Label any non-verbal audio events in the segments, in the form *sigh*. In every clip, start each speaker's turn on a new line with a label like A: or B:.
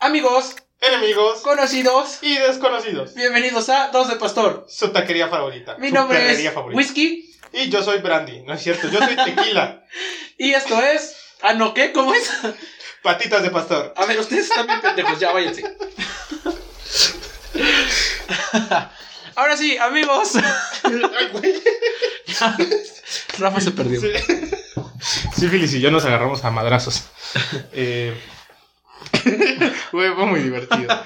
A: Amigos,
B: Enemigos
A: conocidos,
B: y desconocidos.
A: bienvenidos a Dos de Pastor.
B: Su taquería favorita.
A: Mi
B: su
A: nombre
B: perrería
A: es
B: favorita.
A: Whisky
B: Y yo soy Brandy, no es cierto, yo soy tequila. *laughs*
A: y esto es. Ah, no, ¿qué? ¿Cómo es?
B: Patitas
A: *laughs*
B: de pastor.
A: A ver, ustedes están bien pendejos, ya váyanse. Ahora sí, amigos. *laughs*
B: Ay, güey.
A: Rafa se perdió.
B: Sí. Sífilis y yo nos agarramos a madrazos. Eh... *laughs* Güey, fue muy divertido. *laughs*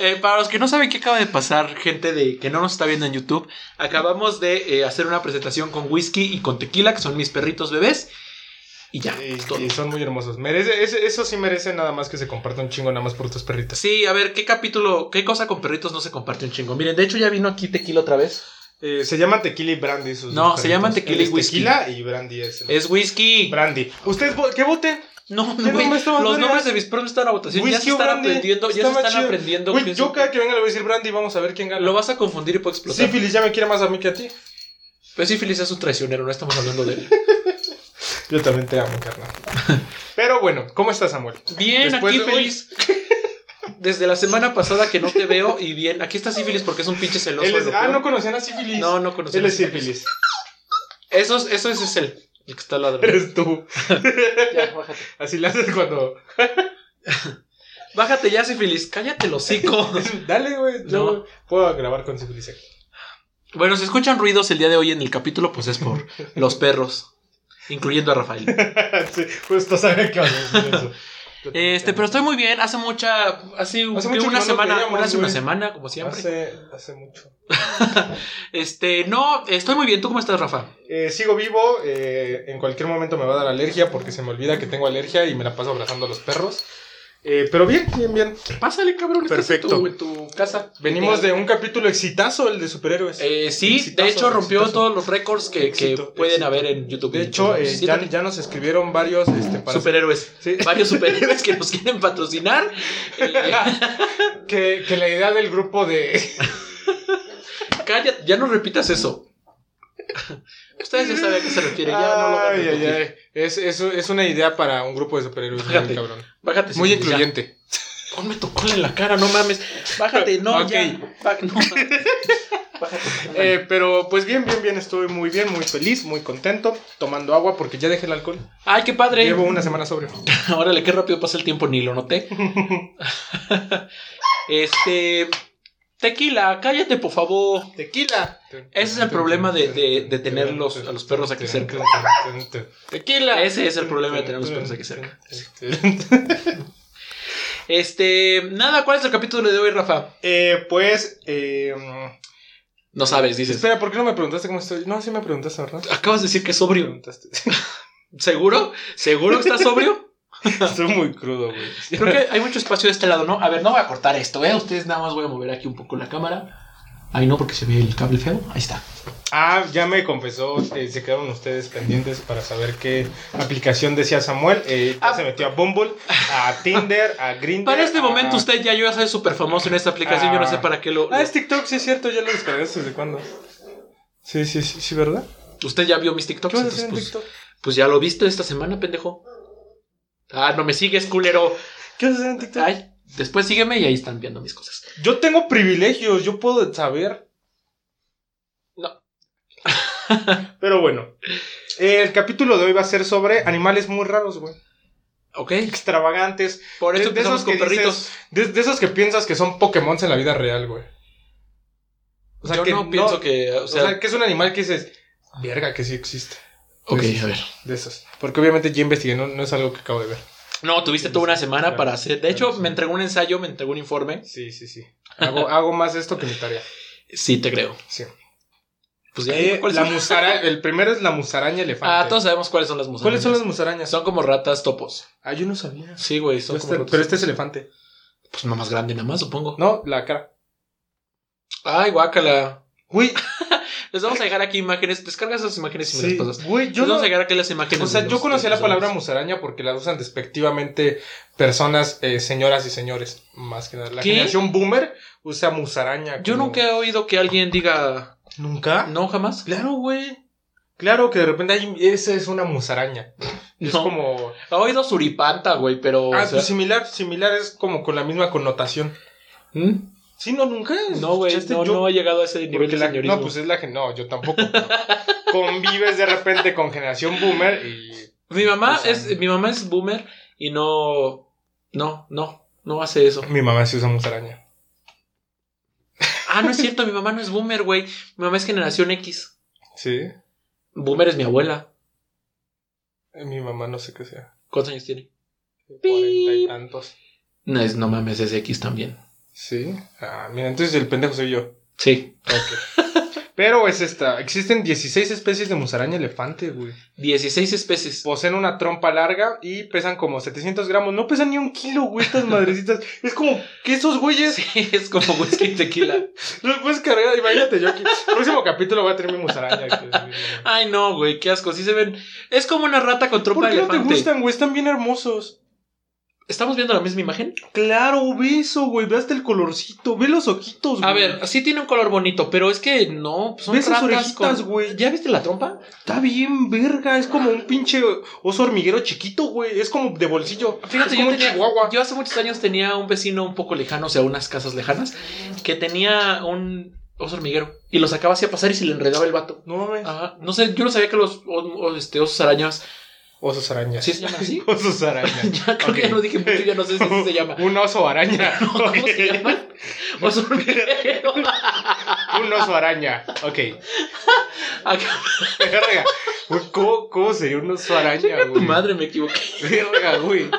A: Eh, para los que no saben qué acaba de pasar, gente de que no nos está viendo en YouTube, acabamos de eh, hacer una presentación con whisky y con tequila, que son mis perritos bebés. Y ya, es todo.
B: Y, y son muy hermosos. Merece, ese- eso sí merece nada más que se comparta un chingo nada más por tus perritas.
A: Sí, a ver, ¿qué capítulo, qué cosa con perritos no se comparte un chingo? Miren, de hecho ya vino aquí tequila otra vez.
B: Eh, se llaman tequila y brandy sus
A: No,
B: sus
A: se llaman
B: perritos.
A: tequila y
B: Él es
A: whisky.
B: Tequila y brandy es... el-
A: Es whisky.
B: Brandy. ¿Ustedes vo- qué voten?
A: No,
B: ¿Qué
A: no, güey.
B: nombre está más
A: Los
B: verga?
A: nombres de mis perros están a votación. Ya se
B: Whisky o
A: están
B: brandy.
A: aprendiendo, ya
B: Está
A: se
B: más
A: están
B: chido.
A: aprendiendo.
B: Güey,
A: qué es
B: yo
A: lo-
B: cada que venga le voy a decir brandy y vamos a ver quién gana.
A: Lo vas a confundir y puede explotar.
B: Sífilis ya me quiere más a mí que a ti.
A: Pero sífilis es un traicionero, no estamos hablando de
B: *laughs*
A: él.
B: Yo también te amo, carnal. *laughs* Pero bueno, ¿cómo estás, Samuel?
A: Bien,
B: Después
A: aquí
B: de-
A: feliz. Desde la semana pasada que no te veo y bien, aquí está sífilis porque es un pinche celoso.
B: Él es-
A: lo
B: ah,
A: peor.
B: no conocían a Sífilis.
A: no, no conocí.
B: Él es Sífilis.
A: Eso, es- eso ese es él, el que está
B: *laughs*
A: ladrando.
B: Eres tú.
A: Ya, bájate.
B: Así le haces cuando. *laughs*
A: Bájate ya, sífilis. Cállate el hocico.
B: Dale, güey. Yo
A: No.
B: puedo grabar con Sífilis aquí. *laughs*
A: Bueno, si escuchan ruidos el día de hoy en el capítulo, pues es por los perros, incluyendo a Rafael.
B: sí, justo sabía que vas a decir eso.
A: Este, pero estoy muy bien, hace mucha, hace, un-
B: Hace
A: que
B: mucho que no
A: una
B: nos
A: semana,
B: veíamos,
A: una- hace una
B: güey.
A: semana, como siempre.
B: Hace, hace mucho.
A: Este, no, estoy muy bien, ¿tú cómo estás, Rafa?
B: Eh, sigo vivo. eh, en cualquier momento me va a dar alergia porque se me olvida que tengo alergia y me la paso abrazando a los perros. Eh, pero bien, bien, bien.
A: Pásale, cabrón, estás
B: Perfecto.
A: en tu, en tu casa.
B: Venimos de un capítulo exitazo, el de superhéroes.
A: Eh, sí,
B: Exitazo,
A: de hecho rompió
B: exitazo.
A: todos los récords que, que
B: Éxito,
A: pueden
B: éxito.
A: haber en YouTube.
B: de hecho, eh,
A: Sí,
B: ya,
A: también.
B: ya nos escribieron varios este, para
A: superhéroes,
B: Sí.
A: varios superhéroes
B: *laughs*
A: que nos quieren patrocinar. Eh, *laughs*
B: que, que la idea del grupo de.
A: cállate, ya no repitas eso. *laughs* Ustedes ya saben a qué se refiere, ya no lo van a
B: Ay, ay,
A: repetir.
B: ay. Es, es, es una idea para un grupo de superhéroes muy
A: Bájate.
B: cabrón.
A: Bájate.
B: Muy
A: Cindy, ya.
B: incluyente.
A: Oh, me tocó en la cara, no mames. Bájate, no,
B: Ok.
A: ya. Ba- no mames. Bájate.
B: Eh, pero pues bien, bien, bien, estoy muy bien, muy feliz, muy contento, tomando agua porque ya dejé el alcohol.
A: Ay, qué padre.
B: Llevo una semana sobrio.
A: Órale, qué rápido pasa el tiempo, ni lo noté. este. Tequila, cállate, por favor.
B: Tequila.
A: Ese es el problema de- de- de tener los- a los perros aquí cerca.
B: Tequila.
A: Ese es el problema de tener los perros aquí cerca. Este. Nada, ¿cuál es el capítulo de hoy, Rafa?
B: Eh, pues, eh,
A: No sabes, dices.
B: espera, ¿por qué no me preguntaste cómo estoy? No, sí me preguntaste, ¿verdad?
A: Acabas de decir que es
B: Me
A: sobrio.
B: *laughs* preguntaste.
A: ¿Seguro? ¿Seguro que estás sobrio?
B: Estoy muy crudo, güey.
A: Creo que hay mucho espacio de este lado, ¿no? A ver, no voy a cortar esto, ¿eh? Ustedes nada más voy a mover aquí un poco la cámara. Ahí no, porque se ve el cable feo. Ahí está.
B: Ah, ya me confesó, eh, se quedaron ustedes pendientes para saber qué aplicación decía Samuel. Eh, ya
A: Ah.
B: se metió a Bumble, a
A: *laughs*
B: Tinder, a Grindr.
A: Para este
B: a-
A: momento usted ya yo ya soy súper famoso en esta aplicación, yo no sé
B: Ah.
A: para qué lo...
B: Ah, es TikTok, sí es cierto, ya lo descargué desde cuándo. Sí, sí, sí, sí, ¿verdad?
A: Usted ya vio mis TikToks,
B: ¿Qué vas a
A: entonces,
B: hacer en
A: pues,
B: TikTok?
A: pues ya lo viste esta semana, pendejo. Ah, no me sigues, culero.
B: ¿Qué vas a hacer en TikTok?
A: Ay, después sígueme y ahí están viendo mis cosas.
B: Yo tengo privilegios, yo puedo saber.
A: No.
B: *laughs* Pero bueno, el capítulo de hoy va a ser sobre animales muy raros, güey.
A: ¿Ok?
B: Extravagantes.
A: Por eso
B: De- de
A: empezamos
B: esos
A: con
B: que dices,
A: perritos.
B: De, de esos que piensas que son Pokémon en la vida real, güey. O sea,
A: yo
B: que
A: no,
B: no-
A: pienso que... O
B: O
A: sea,
B: sea, que es un animal que dices, verga, que sí existe.
A: ok,
B: pues,
A: a ver.
B: De esos. Porque obviamente ya investigué, no, no es algo que acabo de ver.
A: No, tuviste toda una semana
B: Claro,
A: para hacer... De hecho,
B: claro, sí.
A: me entregó un ensayo, me entregó un informe.
B: Sí, sí, sí. Hago, *laughs* hago más esto que mi tarea.
A: Sí, te creo.
B: Sí.
A: Pues ya...
B: Eh,
A: ¿cuáles
B: la
A: son?
B: musara- el primero es la musaraña elefante.
A: Ah, todos sabemos cuáles son las musarañas.
B: ¿Cuáles son las musarañas?
A: Son como ratas topos.
B: Ah, yo no sabía.
A: Sí, güey, son
B: Yo
A: como
B: este-
A: ratas
B: pero este es elefante.
A: Pues no más grande nada más, supongo.
B: No, la cara.
A: Ay, guácala.
B: Güey,
A: Les vamos a dejar aquí imágenes. Descarga esas imágenes y me
B: sí,
A: las pasas.
B: güey, yo
A: Les vamos
B: no...
A: a dejar aquí las imágenes.
B: O sea,
A: de
B: yo
A: los-
B: conocía
A: de
B: la
A: los
B: palabra
A: hombres.
B: musaraña porque la usan despectivamente personas, eh, señoras y señores, más que nada. La
A: ¿Qué?
B: generación boomer usa musaraña.
A: Yo
B: como-
A: nunca he oído que alguien diga
B: ¿Nunca?
A: no jamás.
B: Claro, güey. Claro que de repente hay, esa es una musaraña. Es
A: No.
B: como.
A: Ha oído suripanta, güey, pero.
B: ah,
A: o sea,
B: pues similar, similar es como con la misma connotación.
A: ¿Mm?
B: Sí, no, nunca.
A: No, güey,
B: escuchaste?
A: no,
B: Yo-
A: no he llegado a ese nivel
B: porque
A: de
B: la-
A: señorismo.
B: no, pues es la gen- No, yo tampoco. pero convives de repente con generación boomer y.
A: Mi mamá
B: o sea,
A: es, mi mamá es boomer y no, no, no, no hace eso.
B: Mi mamá sí usa musaraña.
A: Ah, no es cierto, mi mamá no es boomer, güey. Mi mamá es generación X.
B: Sí.
A: Boomer es mi abuela.
B: Eh, Mi mamá no sé qué sea.
A: ¿Cuántos años tiene?
B: Cuarenta y
A: Pip.
B: tantos.
A: No, es, no mames, es X también.
B: Sí. Ah, mira, entonces el pendejo soy yo.
A: Sí. *laughs*
B: Ok. Pero es esta. Existen 16 especies de musaraña elefante, güey.
A: 16 especies. *laughs*
B: Poseen una trompa larga y pesan como 700 gramos. No pesan ni un kilo, güey,
A: *laughs*
B: estas madrecitas. Es como que esos güeyes
A: Sí, es como whisky y tequila.
B: los puedes cargar. Imagínate yo aquí. Próximo capítulo voy a tener mi musaraña. que es mi-
A: Ay, no, güey, qué asco. Sí se ven. Es como una rata con trompa
B: ¿Por
A: de
B: qué no te
A: elefante.
B: gustan, güey? Están bien hermosos.
A: ¿Estamos viendo la misma imagen?
B: Claro, ve eso, güey. Ve hasta el colorcito. Ve los ojitos, Pues, güey.
A: A ver, sí tiene un color bonito, pero es que no, pues, son
B: Ve esas
A: ratas
B: orejitas,
A: con-
B: güey.
A: ¿Ya viste la trompa?
B: Está bien, verga. Es como un pinche oso hormiguero chiquito, güey. Es como de bolsillo.
A: Fíjate,
B: es
A: yo,
B: como un
A: tenía-
B: chihuahua.
A: yo hace muchos años tenía un vecino un poco lejano, o sea, unas casas lejanas, que tenía un oso hormiguero y lo sacaba así a pasar y se le enredaba el vato.
B: No mames.
A: Ajá, no sé, yo no sabía que los o- o- este, osos arañas.
B: Osos arañas.
A: ¿Sí se llama así?
B: *laughs* Osos arañas.
A: *laughs* ya creo que
B: Ok.
A: ya no dije mucho, ya no sé si así se llama. *laughs*
B: Un oso araña.
A: ¿Cómo
B: Ok.
A: se llama? Oso hormiguero.
B: Un oso araña. Ok.
A: Acá,
B: Verga. Güey, ¿Cómo, cómo sería un oso araña,
A: tu
B: güey?
A: madre me equivoqué.
B: Verga, güey.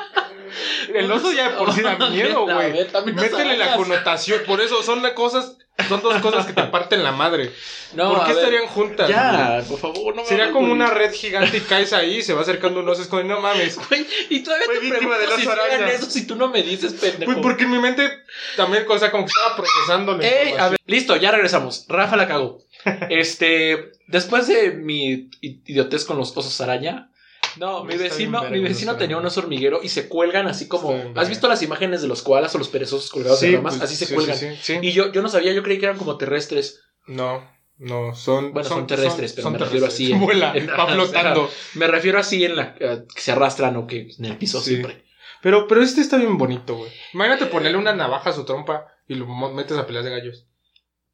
B: El oso ya de por
A: *laughs*
B: sí da miedo,
A: A
B: güey.
A: ver, también las
B: Métele la
A: arañas.
B: connotación. Por eso son las cosas. Son dos cosas que te parten la madre.
A: No,
B: ¿Por qué
A: a ver,
B: estarían juntas? güey?
A: Ya, por favor, no me
B: Sería
A: hagas
B: como
A: bullying.
B: una red gigante y caes ahí y se va acercando un oso. Es como, no mames.
A: *laughs* Güey, y todavía
B: Fue
A: te
B: víctima
A: pregunto
B: del oso
A: si hicieran
B: araña.
A: eso si tú no me dices, pendejo.
B: Güey, porque en mi mente también, o sea, como que estaba procesando la
A: Ey, a
B: información.
A: ver, listo, ya regresamos. Rafa la
B: *laughs*
A: cagó. Este, después de mi i- idiotez con los osos araña, no, mi
B: Está
A: vecino,
B: bien verga
A: mi
B: un
A: vecino
B: oso
A: tenía un
B: araña.
A: oso hormiguero y se cuelgan así como,
B: Está bien verga.
A: ¿has visto las imágenes de los koalas o los perezosos colgados en ramas?
B: pues,
A: así se
B: sí,
A: cuelgan.
B: sí, sí, sí.
A: Y yo, yo no sabía, yo creí que eran como terrestres.
B: No, no, son.
A: Bueno, son terrestres, pero me refiero así, en-
B: Vuela,
A: en- *laughs*
B: va flotando.
A: Me refiero así en la eh, que se arrastran o que en el piso
B: Sí.
A: siempre.
B: Pero, pero este está bien bonito, güey. Imagínate ponerle una navaja a su trompa y lo mo- metes a peleas de gallos.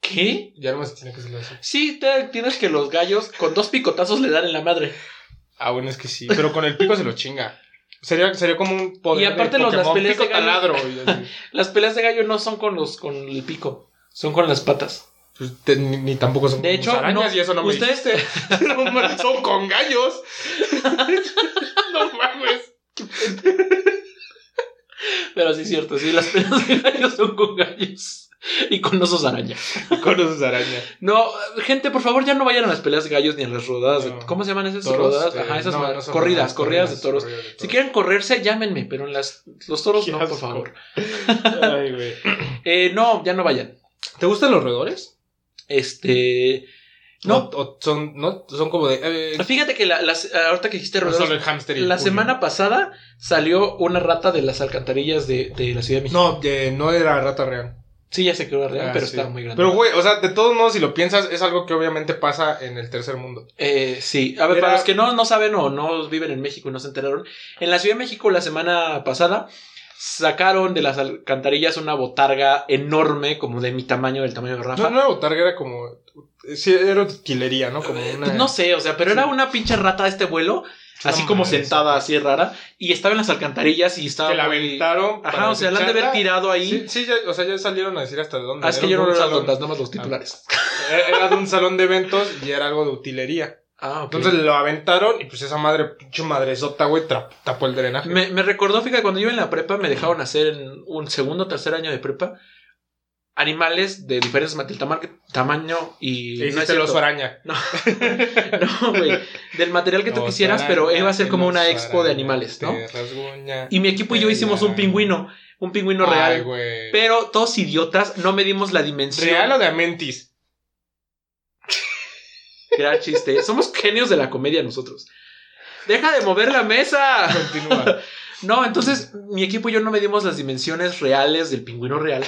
A: ¿Qué?
B: Ya no más tiene que ser así.
A: Sí, te, tienes que los gallos con dos picotazos le dan en la madre.
B: Ah, bueno, es que sí. Pero con el pico se lo chinga. Sería, sería como un poder.
A: Y aparte
B: de
A: los- las
B: Pokémon,
A: peleas
B: pico
A: de gallos.
B: taladro. y así.
A: Las peleas de gallo no son con los con el pico, son con las patas.
B: Pues, te- ni, ni tampoco son
A: De hecho,
B: musarañas
A: no,
B: y eso no me
A: ustedes
B: dijiste. No, hombre, *laughs* son con
A: *laughs*
B: gallos. no mames.
A: Pero sí es cierto, sí, las peleas de gallo son con gallos y con osos araña.
B: Con esos arañas.
A: No, gente, por favor, ya no vayan a las peleas de gallos ni a las rodadas. de-
B: No.
A: ¿Cómo se llaman esas
B: Toros,
A: rodadas?
B: eh,
A: Ajá, esas
B: no,
A: ma-
B: no son
A: corridas, corridas,
B: rodadas,
A: de toros.
B: corridas de
A: Si quieren correrse, llámenme, pero en las los toros
B: Qué
A: no, por
B: asco.
A: favor. *laughs*
B: Ay, güey.
A: Eh, no, ya no vayan.
B: ¿Te gustan los roedores?
A: Este, no.
B: O, o son, no, son como de. eh,
A: Fíjate que la, las- ahorita que dijiste rodadas,
B: solo el hámster y el
A: la
B: puño.
A: semana pasada salió una rata de las alcantarillas de, de la Ciudad de México.
B: *laughs* No, de- no era rata real.
A: Sí, ya se quedó la real,
B: Ah,
A: pero
B: sí.
A: está muy grande.
B: Pero, güey, o sea, de todos modos, si lo piensas, es algo que obviamente pasa en el tercer mundo.
A: Eh, sí, a ver, para
B: Era-
A: los que no, no saben o no viven en México y no se enteraron, en la Ciudad de México la semana pasada sacaron de las alcantarillas una botarga enorme, como de mi tamaño, del tamaño de Rafa.
B: No, no era botarga, era como. eh, Sí, era utilería, ¿no? Como
A: Eh,
B: una.
A: pues no sé, o sea, pero era
B: Sí.
A: una pinche rata de este vuelo,
B: una
A: así como
B: madre,
A: sentada,
B: sí.
A: así rara, y estaba en las alcantarillas y estaba.
B: Que la
A: muy-
B: aventaron. para
A: Ajá, o sea, la han de haber
B: desecharla.
A: tirado ahí.
B: Sí, sí, ya, o sea, ya salieron a decir hasta de dónde.
A: Ah, es que
B: Era
A: yo no
B: de
A: veo
B: un
A: las
B: salón- *laughs* Eh,
A: notas, nada más los titulares.
B: Era de un salón de eventos y era algo de utilería.
A: Ah, ok.
B: Entonces lo aventaron y pues esa madre, pinche madresota, güey, tra- tapó el drenaje.
A: Me, me recordó, fíjate, cuando yo en la prepa me dejaron hacer en un segundo o tercer año de prepa animales de diferentes ma- del tama- tamaño y.
B: Le
A: no es
B: hiciste el oso
A: cierto.
B: araña.
A: *laughs* No, güey. Del material que tú
B: Oso
A: quisieras,
B: araña,
A: pero iba a ser como
B: el
A: una
B: oso
A: expo de
B: araña,
A: animales, ¿no?
B: te rasguña.
A: Y mi equipo y yo hicimos un pingüino, un pingüino
B: Ay,
A: real.
B: güey.
A: Pero todos idiotas, no medimos la dimensión.
B: ¿Real o de Amentis?
A: Gran chiste. Somos genios de la comedia nosotros. Deja de mover la mesa.
B: *laughs* Continúa.
A: No, entonces mi equipo y yo no medimos las dimensiones reales del pingüino
B: *laughs*
A: real.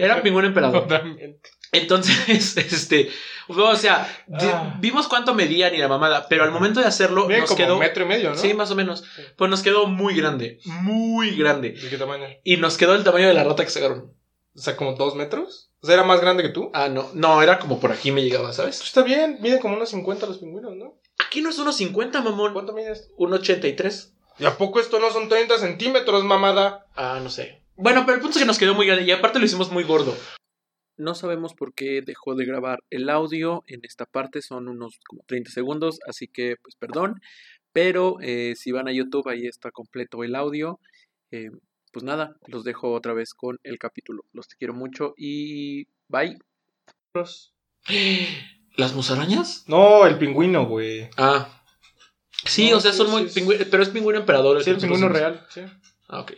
A: Era un pingüino emperador.
B: Totalmente.
A: Entonces, *laughs* este, o sea, di-
B: Ah.
A: vimos cuánto medían y la mamada, pero al momento de hacerlo
B: Mide
A: nos
B: como
A: quedó...
B: un metro y medio, ¿no?
A: Sí, más o menos.
B: Sí.
A: Pues nos quedó muy grande, muy grande.
B: ¿De qué tamaño?
A: Y nos quedó el tamaño de la rata que sacaron.
B: O sea, como dos metros. O sea, era más grande que tú.
A: Ah, no, no, era como por aquí me llegaba,
B: Pues
A: ¿sabes?
B: Está bien, miden como unos 50 los pingüinos, ¿no?
A: Aquí no es 1,50, mamón.
B: ¿Cuánto mides?
A: 1,83.
B: ¿Y a poco esto no son 30 centímetros, mamada?
A: Ah, no sé. Bueno, pero el punto es que nos quedó muy grande y aparte lo hicimos muy gordo.
C: No sabemos por qué dejó de grabar el audio en esta parte, son unos como 30 segundos, así que pues perdón, pero eh, si van a YouTube ahí está completo el audio. Eh, pues nada, los dejo otra vez con el capítulo. Los quiero mucho y bye.
A: *gasps* ¿Las musarañas?
B: No, el pingüino, güey.
A: Ah. Sí,
B: No,
A: o sea,
B: sí,
A: son
B: sí,
A: muy...
B: sí.
A: pingüi- Pero es pingüino emperador.
B: Sí, pues, el
A: que
B: pingüino
A: nosotros
B: real. Sí.
A: hicimos. Ah, ok.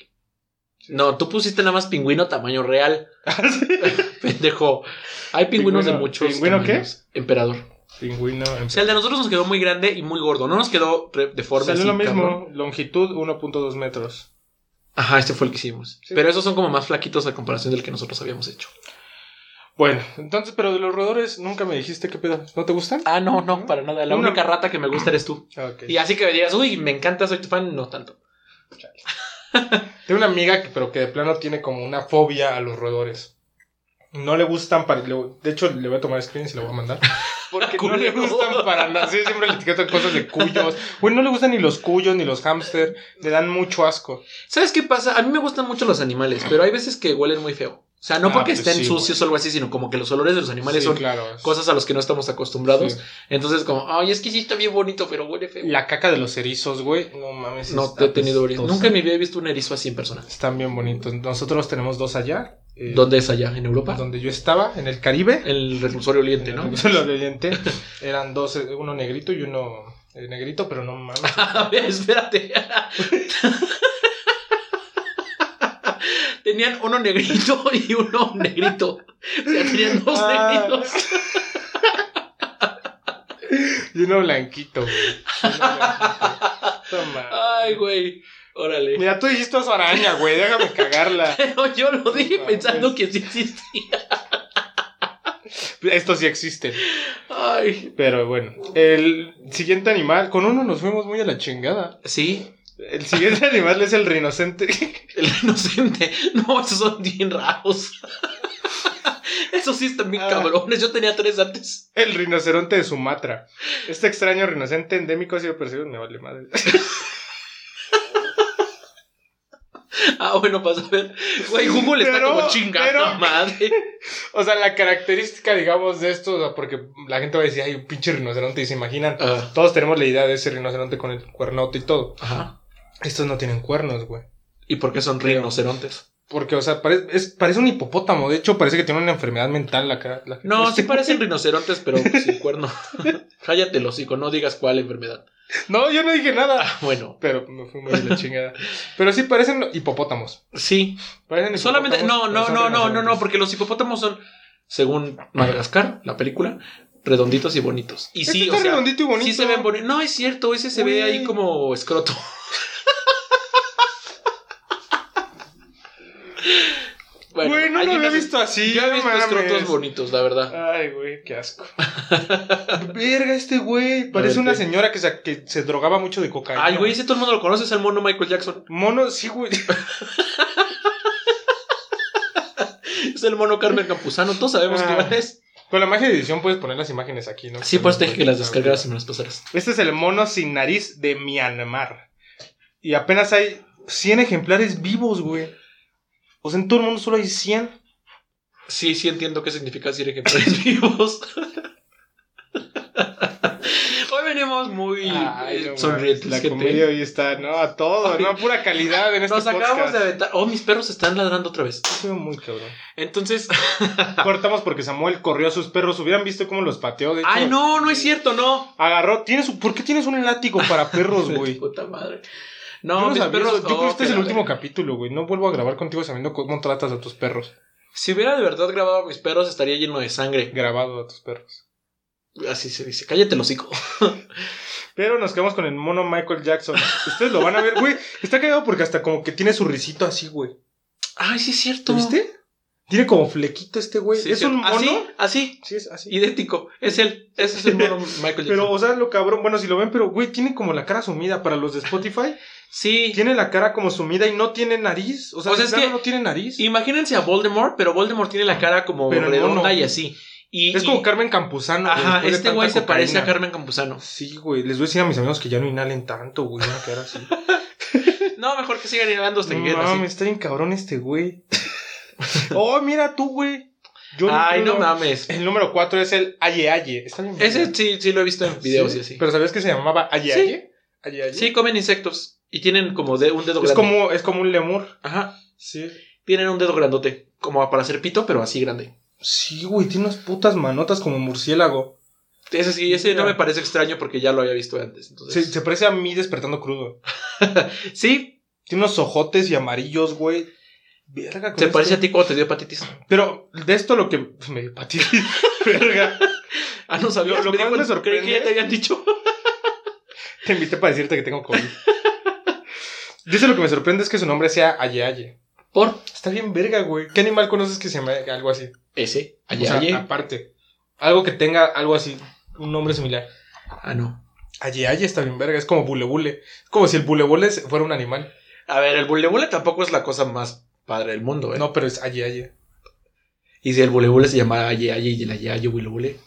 A: No, tú pusiste nada más pingüino tamaño
B: *laughs*
A: real. *laughs* Pendejo. Hay pingüinos de
B: Ah, Pingüino-
A: muchos
B: ¿pingüino qué?
A: qué? Emperador.
B: Pingüino.
A: O sea, el de nosotros nos quedó muy grande y muy gordo. No nos quedó re- de forma
B: Salió
A: así,
B: lo mismo,
A: cabrón.
B: longitud 1.2 metros.
A: Ajá, este fue el que hicimos.
B: Sí.
A: Pero esos son como más flaquitos a comparación del que nosotros habíamos hecho.
B: Bueno, entonces, pero de los roedores nunca me dijiste qué pedo. ¿No te gustan?
A: Ah, no, no, para nada. La
B: Una-
A: única rata que me gusta eres tú.
B: Ah, ok.
A: Y así que me digas, uy, me encanta, soy tu fan, no tanto.
B: Tengo una amiga que, pero que de plano tiene como una fobia a los roedores. No le gustan para. le- de hecho, le voy a tomar screen y se lo voy a *laughs* mandar. Porque no le
A: Culero.
B: *laughs* gustan para nada. Sí, siempre le etiquetan cosas de cuyos. Güey, no le gustan ni los cuyos ni los hámster. Le dan mucho asco.
A: ¿Sabes qué pasa? A mí me gustan mucho los animales, pero hay veces que huelen muy feo. O sea, no
B: Ah,
A: porque
B: pues
A: estén
B: sí,
A: sucios o algo así, sino como que los olores de los animales
B: Sí,
A: son
B: claro. es-
A: cosas a las que no estamos acostumbrados.
B: sí.
A: Entonces, como, ay, es que sí está bien bonito, pero huele feo.
B: La caca de los erizos, güey. No mames.
A: No
B: está
A: te he tenido erizos.
B: apestosa.
A: Nunca en mi vida he visto un erizo así en persona.
B: Están bien bonitos. Nosotros tenemos dos allá. eh,
A: ¿Dónde es allá? ¿En Europa?
B: Donde yo estaba, en el Caribe.
A: El reclusorio oriente, *laughs* ¿no?
B: Solo *laughs* el oriente. Eran dos, eh, uno negrito y uno eh, negrito, pero no mames.
A: A ver, espérate. tenían uno negrito y uno negrito. O sea, tenían dos
B: Ah.
A: negritos.
B: Y
A: *laughs*
B: uno blanquito, güey. Uno blanquito. Toma.
A: Ay, güey. Órale.
B: Mira, tú dijiste oso araña, güey. Déjame cagarla.
A: Pero *laughs* yo lo dije
B: No,
A: pensando
B: es-
A: que sí existía.
B: Estos sí existen.
A: Ay.
B: Pero bueno. El siguiente animal. Con uno nos fuimos muy a la chingada.
A: Sí,
B: El siguiente *laughs* animal es el rinocente.
A: el inocente. *laughs* No, esos son bien raros. *laughs* Esos sí están bien
B: Ah.
A: cabrones. Yo tenía tres antes.
B: *laughs* El rinoceronte de Sumatra. Este extraño rinoceronte endémico ha sido percibido. Me vale madre. *laughs*
A: Ah, bueno, vas a ver. Güey, Google está
B: Pero-
A: como chingada
B: pero-
A: madre.
B: O sea, la característica, digamos, de esto, o sea, porque la gente va a decir, ay, un pinche rinoceronte, y se imaginan.
A: Ah,
B: Todos tenemos la idea de ese rinoceronte con el cuernote y todo.
A: ajá.
B: Estos no tienen cuernos, güey.
A: ¿Y por qué son
B: Pero-
A: rinocerontes?
B: Porque, o sea, parece, es, parece un hipopótamo. De hecho, parece que tiene una enfermedad mental la cara. la- *laughs*
A: No, sí
B: este-
A: parecen rinocerontes, pero sin cuerno. *laughs* Cállate el hocico, no digas cuál enfermedad.
B: No, yo no dije nada.
A: Ah, bueno,
B: Pero me fui muy
A: *laughs*
B: de la chingada. Pero sí parecen hipopótamos.
A: sí.
B: Parecen hipopótamos,
A: Solamente, no,
B: pero
A: no, no, no,
B: son
A: no, no,
B: rinocerontes.
A: porque los hipopótamos son, según Madagascar, la película, redonditos y bonitos. Y
B: Este
A: sí,
B: está
A: o sea,
B: redondito y bonito.
A: sí se ven bonitos. No, es cierto, ese se ve
B: Güey.
A: ahí como *laughs* escroto.
B: Güey, no
A: hay
B: lo había
A: unos-
B: visto así.
A: Yo he
B: no
A: visto
B: mames.
A: escrotos bonitos, la verdad.
B: Ay, güey,
A: *laughs*
B: qué asco. Verga, este güey. Parece
A: ver,
B: una
A: ¿qué?
B: señora que se, que se drogaba mucho de cocaína.
A: Ay, güey, ese todo el mundo lo conoce, es el mono Michael Jackson. *laughs*
B: Mono, sí, güey. *laughs*
A: Es el mono Carmen Campuzano, todos sabemos
B: Ah.
A: quién es.
B: Con la magia de edición puedes poner las imágenes aquí, ¿no?
A: Sí, pues te dije que las descargaras y
B: descargas
A: me las pasaras.
B: Este es el mono sin nariz de Myanmar. Y apenas hay 100 ejemplares vivos, güey. O sea, en todo el mundo solo hay 100.
A: Sí, sí entiendo qué significa *laughs* decir ejemplares vivos. *laughs* Hoy venimos muy eh,
B: no,
A: sonrientes,
B: La
A: gente.
B: comedia hoy está, ¿no? A todo,
A: Ay.
B: ¿no? A Pura calidad en este
A: Nos acabamos
B: podcast.
A: de aventar. Oh, mis perros están ladrando otra vez.
B: Estuvo muy cabrón.
A: *laughs* Entonces.
B: Cortamos porque Samuel corrió a sus perros. Hubieran visto cómo los pateó. De hecho,
A: Ay, ah, no, no es cierto, no.
B: Agarró. ¿Tienes, un- ¿Por qué tienes un látigo para *laughs* perros, güey?
A: *laughs* Puta madre.
B: yo
A: No,
B: no
A: mis
B: sabía
A: perros.
B: eso. Yo creo que
A: oh,
B: este es
A: qué
B: el
A: la
B: último
A: verga.
B: capítulo, güey. No vuelvo a grabar contigo sabiendo cómo tratas a tus perros.
A: Si hubiera de verdad grabado a mis perros, estaría lleno de sangre.
B: Grabado a tus perros.
A: Así se dice. Cállate el hocico.
B: Pero nos quedamos con el mono Michael Jackson. Ustedes lo van a ver, güey. Está cagado porque hasta como que tiene su risito así, güey.
A: *laughs* Ay, sí es cierto.
B: ¿Lo viste? Tiene como flequito este güey.
A: Sí,
B: es
A: sí.
B: un mono.
A: Así, así,
B: Sí, es así.
A: idéntico. Es él. Ese es el
B: *laughs*
A: mono Michael Jackson.
B: Pero, o sea, lo cabrón, bueno, si lo ven, pero güey, tiene como la cara sumida para los
A: *laughs*
B: de Spotify.
A: sí.
B: Tiene la cara como sumida y no tiene nariz. O sea,
A: O sea,
B: de
A: es
B: plano
A: que-
B: no tiene nariz.
A: Imagínense a Voldemort, pero Voldemort tiene la cara como
B: Pero el mono.
A: redonda y así. Y,
B: es como
A: y-
B: Carmen Campuzano.
A: Ajá,
B: después de
A: este güey
B: tanta
A: se parece a
B: cocaína.
A: Carmen
B: *laughs*
A: Campuzano.
B: Sí, güey. Les voy a decir a mis amigos que ya no inhalen tanto, güey. Van a
A: *laughs*
B: quedar así.
A: No, mejor que sigan inhalando hasta que queden
B: no
A: así.
B: mames, está bien cabrón este güey. *laughs* oh, mira tú, güey. Yo
A: Ay,
B: creo-
A: no mames.
B: El número 4 es el Aye Aye. Está bien.
A: Ese sí, sí lo he visto en videos y así.
B: Pero ¿sabías que se llamaba Aye
A: Sí.
B: Aye? Aye Aye.
A: Sí, comen insectos. Y tienen como de, un dedo grande.
B: Es como, es como un lemur.
A: Ajá.
B: Sí.
A: Tienen un dedo grandote. Como para hacer pito, pero así grande.
B: Sí, güey, tiene unas putas manotas como murciélago.
A: Ese sí, ese no
B: Ya.
A: me parece extraño porque ya lo había visto antes.
B: Se,
A: Entonces.
B: se parece a mí despertando crudo.
A: Sí,
B: Tiene unos ojotes y amarillos, güey. Verga, con
A: se parece a
B: esto.
A: ti cuando te dio hepatitis.
B: Pero de esto lo que. Me dio hepatitis. *laughs* Verga.
A: Ah, no sabía.
B: Lo- lo
A: me
B: cual
A: dijo-
B: me
A: Creí que
B: sorprende.
A: ya te habían dicho.
B: Te invité para decirte que tengo COVID. Dice lo que me sorprende es que su nombre sea Aye Aye.
A: Por
B: Está bien verga, güey. ¿Qué animal conoces que se llama algo así?
A: *laughs* ese.
B: O
A: Ayer,
B: sea, ah, aparte. Algo que tenga algo así, un nombre similar.
A: Ah, no.
B: Aye Aye está bien verga, es como bule bule. Es como si el bule bule fuera un animal.
A: A ver, el bulebule tampoco es la cosa más padre del mundo, ¿eh?
B: No, pero es Aye Aye.
A: Y si el bulebule se llamara Aye Aye y el Aye Aye bulebule.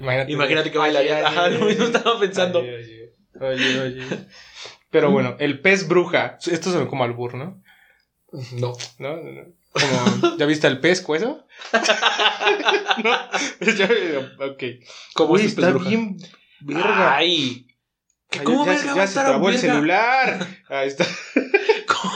B: Imagínate,
A: Imagínate que
B: Aye,
A: bailaría.
B: aye,
A: Ajá, lo mismo
B: aye,
A: estaba pensando.
B: aye, aye. Aye, aye. *laughs* Pero bueno, el pez bruja. Esto se ve como albur, ¿no?
A: No.
B: ¿No? no, no. *laughs* Como, ¿Ya viste el pez *laughs* cueso? no, *laughs* ya, ok.
A: ¿Cómo
B: Uy,
A: es
B: está bien verga.
A: Ay. ¿Qué-
B: Ay,
A: ¿Cómo
B: ya,
A: verga
B: se-
A: va
B: ya
A: a
B: se
A: estar a un
B: trabó el
A: verga?
B: celular. *laughs* Ahí está.
A: ¿Cómo?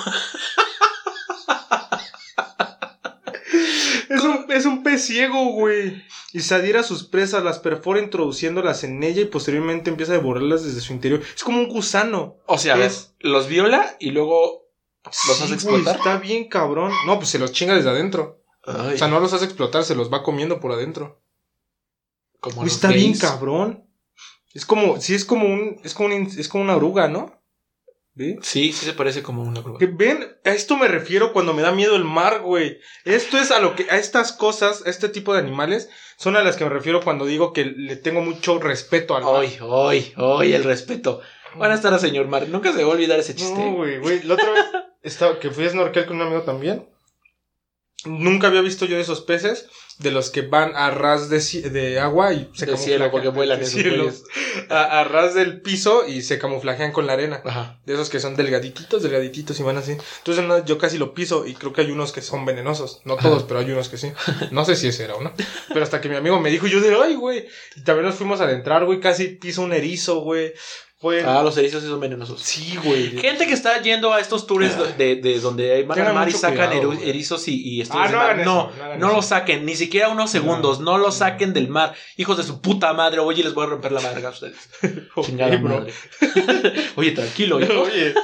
B: Es un, es un pez ciego, güey. Y se adhiera a sus presas, las perfora introduciéndolas en ella y posteriormente empieza a devorarlas desde su interior. Es como un gusano.
A: O sea, a ver,
B: Es-
A: los viola y luego los hace
B: güey,
A: explotar.
B: Está bien cabrón. No, pues se los chinga desde adentro.
A: Ay,
B: O sea, no los hace explotar, se los va comiendo por adentro.
A: como
B: Güey,
A: los
B: está bien
A: gays.
B: cabrón. Es como, sí, es como un, es como un in- es como una oruga, ¿no? ¿Ve?
A: Sí, sí se parece como una prueba.
B: Que ven, a esto me refiero cuando me da miedo el mar, güey. Esto es a lo que, a estas cosas, a este tipo de animales, son a las que me refiero cuando digo que le tengo mucho respeto al mar.
A: Ay, ay, ay, el respeto. Buenas tardes, señor Mar. Nunca se va a olvidar ese chiste.
B: No, güey, güey.
A: *laughs*
B: La otra vez estaba, que fui a snorkel con un amigo también. Nunca había visto yo esos peces de los que van a ras de, ci- de agua y se
A: De cielo, porque vuelan
B: de
A: esos
B: cielo.
A: güeyes.
B: a, a ras del piso y se camuflajean con la arena.
A: Ajá.
B: De esos que son delgadititos, delgadititos y van así. Entonces no, yo casi lo piso y creo que hay unos que son venenosos. No todos, pero hay unos que sí. No sé si ese era uno. Pero hasta que mi amigo me dijo, yo de, ay, güey. Y También nos fuimos a adentrar, güey. Casi piso un erizo, güey. Fue...
A: Ah, los erizos sí son venenosos. Ah.
B: Sí, güey.
A: Gente que está yendo a estos tours de, de donde van al
B: Tengan
A: mar y
B: mucho
A: sacan
B: cuidado,
A: eru-
B: güey.
A: erizos y, y
B: Ah,
A: estudios
B: no
A: de mar.
B: hagan
A: no,
B: eso, no hagan
A: no
B: eso.
A: lo saquen, ni siquiera unos segundos, no, lo saquen del mar. Hijos de su puta madre, oye, les voy a romper la madre a ustedes.
B: Ok,
A: Chingada
B: bro.
A: madre. *laughs* oye, tranquilo, hijo.
B: Oye.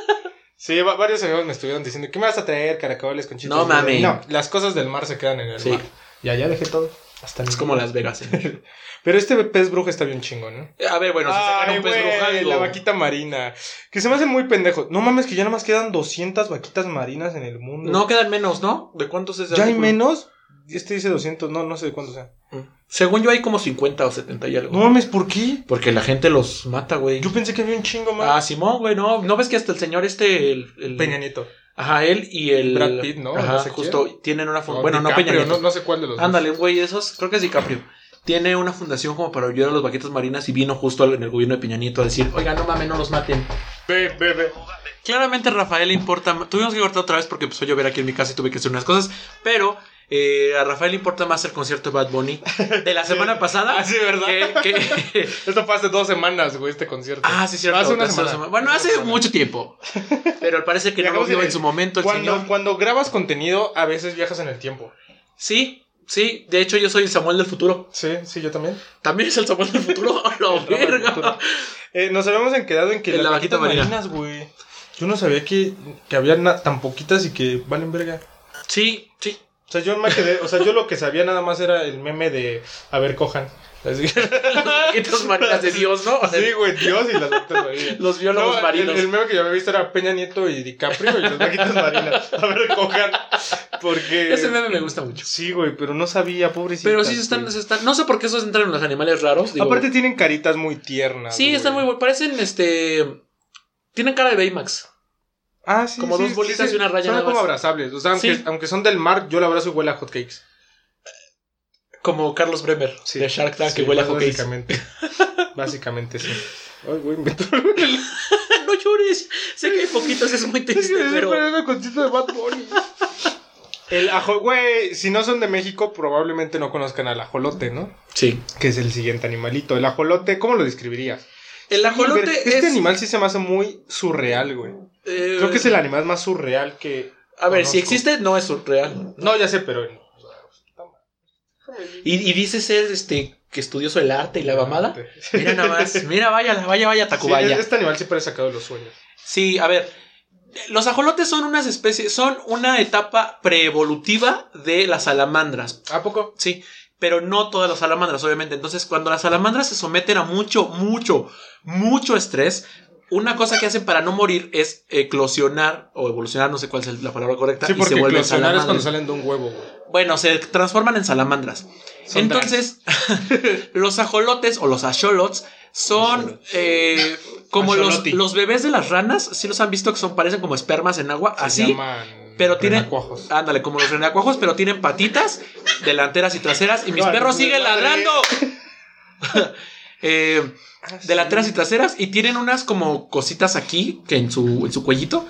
B: Sí, va- varios amigos me estuvieron diciendo, ¿qué me vas a traer, caracoles, conchitas?
A: No
B: Y yo de,
A: mames.
B: No, las cosas del mar se quedan en el
A: Sí.
B: mar. Y allá dejé todo. Hasta el
A: Es como Las Vegas. ¿eh?
B: Pero este pez brujo está bien chingón, ¿no?
A: A ver, bueno, si sacan
B: Ay,
A: un pez
B: güey,
A: bruja,
B: la
A: digo,
B: vaquita marina. Que se me hacen muy pendejos. No mames, que ya nomás quedan 200 vaquitas marinas en el mundo.
A: No quedan menos, ¿no? ¿De cuántos es el
B: ¿Ya hay
A: artículo?
B: menos? Este dice 200, no, no sé de cuántos sean.
A: Mm. Según yo hay como 50 o 70 y algo.
B: No mames, ¿por qué?
A: Porque la gente los mata, güey.
B: Yo pensé que había un chingo
A: Ah,
B: más.
A: Simón, güey, no. ¿No ves que hasta el señor este, el... el-
B: Peña Nieto.
A: Ajá, él y el...
B: Brad Pitt, ¿no?
A: Ajá,
B: No sé
A: justo. Tienen una... fun-
B: O
A: bueno, no
B: DiCaprio,
A: Peña Nieto.
B: No, no sé cuál de los dos.
A: Ándale, güey, de esos, creo que es DiCaprio. Tiene una fundación como para ayudar a los vaquetas marinas y vino justo al- en el gobierno de Peña Nieto a decir, oiga, no mames, no los maten.
B: Ve, ve, ve.
A: Claramente a Rafael le importa, ma- tuvimos que cortar otra vez porque empezó a llover aquí en mi casa y tuve que hacer unas cosas, pero eh, a Rafael le importa más el concierto de Bad Bunny de la
B: *laughs*
A: semana pasada.
B: Ah, sí, ¿verdad?
A: que- que- *laughs*
B: Esto fue hace dos semanas, güey, este concierto.
A: Ah, sí, cierto.
B: Hace una
A: hace
B: semana.
A: dos semanas. Bueno, hace
B: Una semana.
A: mucho tiempo. Pero al parecer que
B: Ya
A: no lo
B: acabamos de
A: vio en
B: decir,
A: su momento el
B: Cuando,
A: señor.
B: cuando grabas contenido, a veces viajas en el tiempo.
A: Sí, sí. De hecho, yo soy el Samuel del futuro.
B: Sí, sí, yo también.
A: También es el Samuel del futuro. *laughs* ¡A la verga!
B: Eh, nos habíamos quedado en que
A: En
B: las
A: la vaquita
B: vaquitas
A: marina.
B: marinas, güey. Yo no sabía que, que había na- tan poquitas y que valen verga.
A: Sí, sí.
B: O sea, yo me quedé, o sea, yo lo que sabía nada más era el meme de a ver, cojan.
A: *laughs*
B: Así que-
C: Estas marinas de Dios, ¿no?
B: Sí, güey, Dios y las vaquitas marinas.
C: Los biólogos
B: No, el,
C: marinos.
B: el meme que yo había visto era Peña Nieto y DiCaprio y las vaquitas marinas. A ver, cojan. Porque.
A: Ese meme me gusta mucho.
B: Sí, güey, pero no sabía, pobrecito.
A: Pero sí, se están, se están- No sé por qué esos entran en los animales raros. digo,
B: Aparte tienen caritas muy tiernas.
A: sí, están muy
B: güey.
A: buenos. Parecen, este... Tienen cara de Baymax.
B: Ah, sí.
A: Como
B: sí,
A: dos
B: sí,
A: bolitas
B: sí.
A: y una raya
B: Son
A: nada
B: como
A: más.
B: abrazables. O sea, aunque,
A: Sí.
B: aunque son del mar, yo la abrazo y huele a hotcakes.
A: Como Carlos Bremer
B: Sí.
A: de Shark Tank
B: Sí,
A: que huele a
B: bás-
A: hotcakes.
B: Básicamente. básicamente, sí. Ay, güey, *laughs* me
A: *laughs* no llores. Sé que hay poquitos, es muy triste, pero...
B: de Bad Bunny. El ajo, güey, si no son de México, probablemente no conozcan al ajolote, ¿no?
A: Sí.
B: Que es el siguiente animalito. El ajolote, ¿cómo lo describirías?
A: El ajolote
B: Ver, Este
A: es...
B: animal sí se me hace muy surreal, güey.
A: eh,
B: Creo que es el animal más surreal que.
A: A ver, si
B: conozco.
A: existe, no es surreal.
B: No, ya sé, pero.
A: Y, y dice ser, este, que estudioso el arte y la mamada. Mira nada más, mira, vaya, la- vaya, vaya,
B: Sí,
A: Tacubaya.
B: este animal siempre ha sacado de los sueños.
A: Sí, a ver. Los ajolotes son unas especies, son una etapa preevolutiva de las salamandras.
B: ¿A poco?
A: Sí, pero no todas las salamandras, obviamente. Entonces, cuando las salamandras se someten a mucho, mucho, mucho estrés, una cosa que hacen para no morir es eclosionar o evolucionar, no sé cuál es la palabra correcta,
B: Sí,
A: y se
B: porque
A: vuelven
B: eclosionar es cuando
A: salamandras.
B: salen de un huevo, güey.
A: Bueno, se transforman en salamandras.
B: Son
A: Entonces, *laughs* los ajolotes o los asholots son eh, como los,
B: Axolotl.
A: los bebés de las ranas. Si los han visto que son parecen como espermas en agua,
B: Se
A: así.
B: llaman
A: pero tienen-
B: renacuajos.
A: Ándale, como los renacuajos, pero tienen patitas delanteras y traseras. Y mis
B: No,
A: perros
B: no,
A: siguen
B: madre.
A: ladrando. *laughs* Eh, delanteras y traseras. Y tienen unas como cositas aquí, que en su, en su cuellito.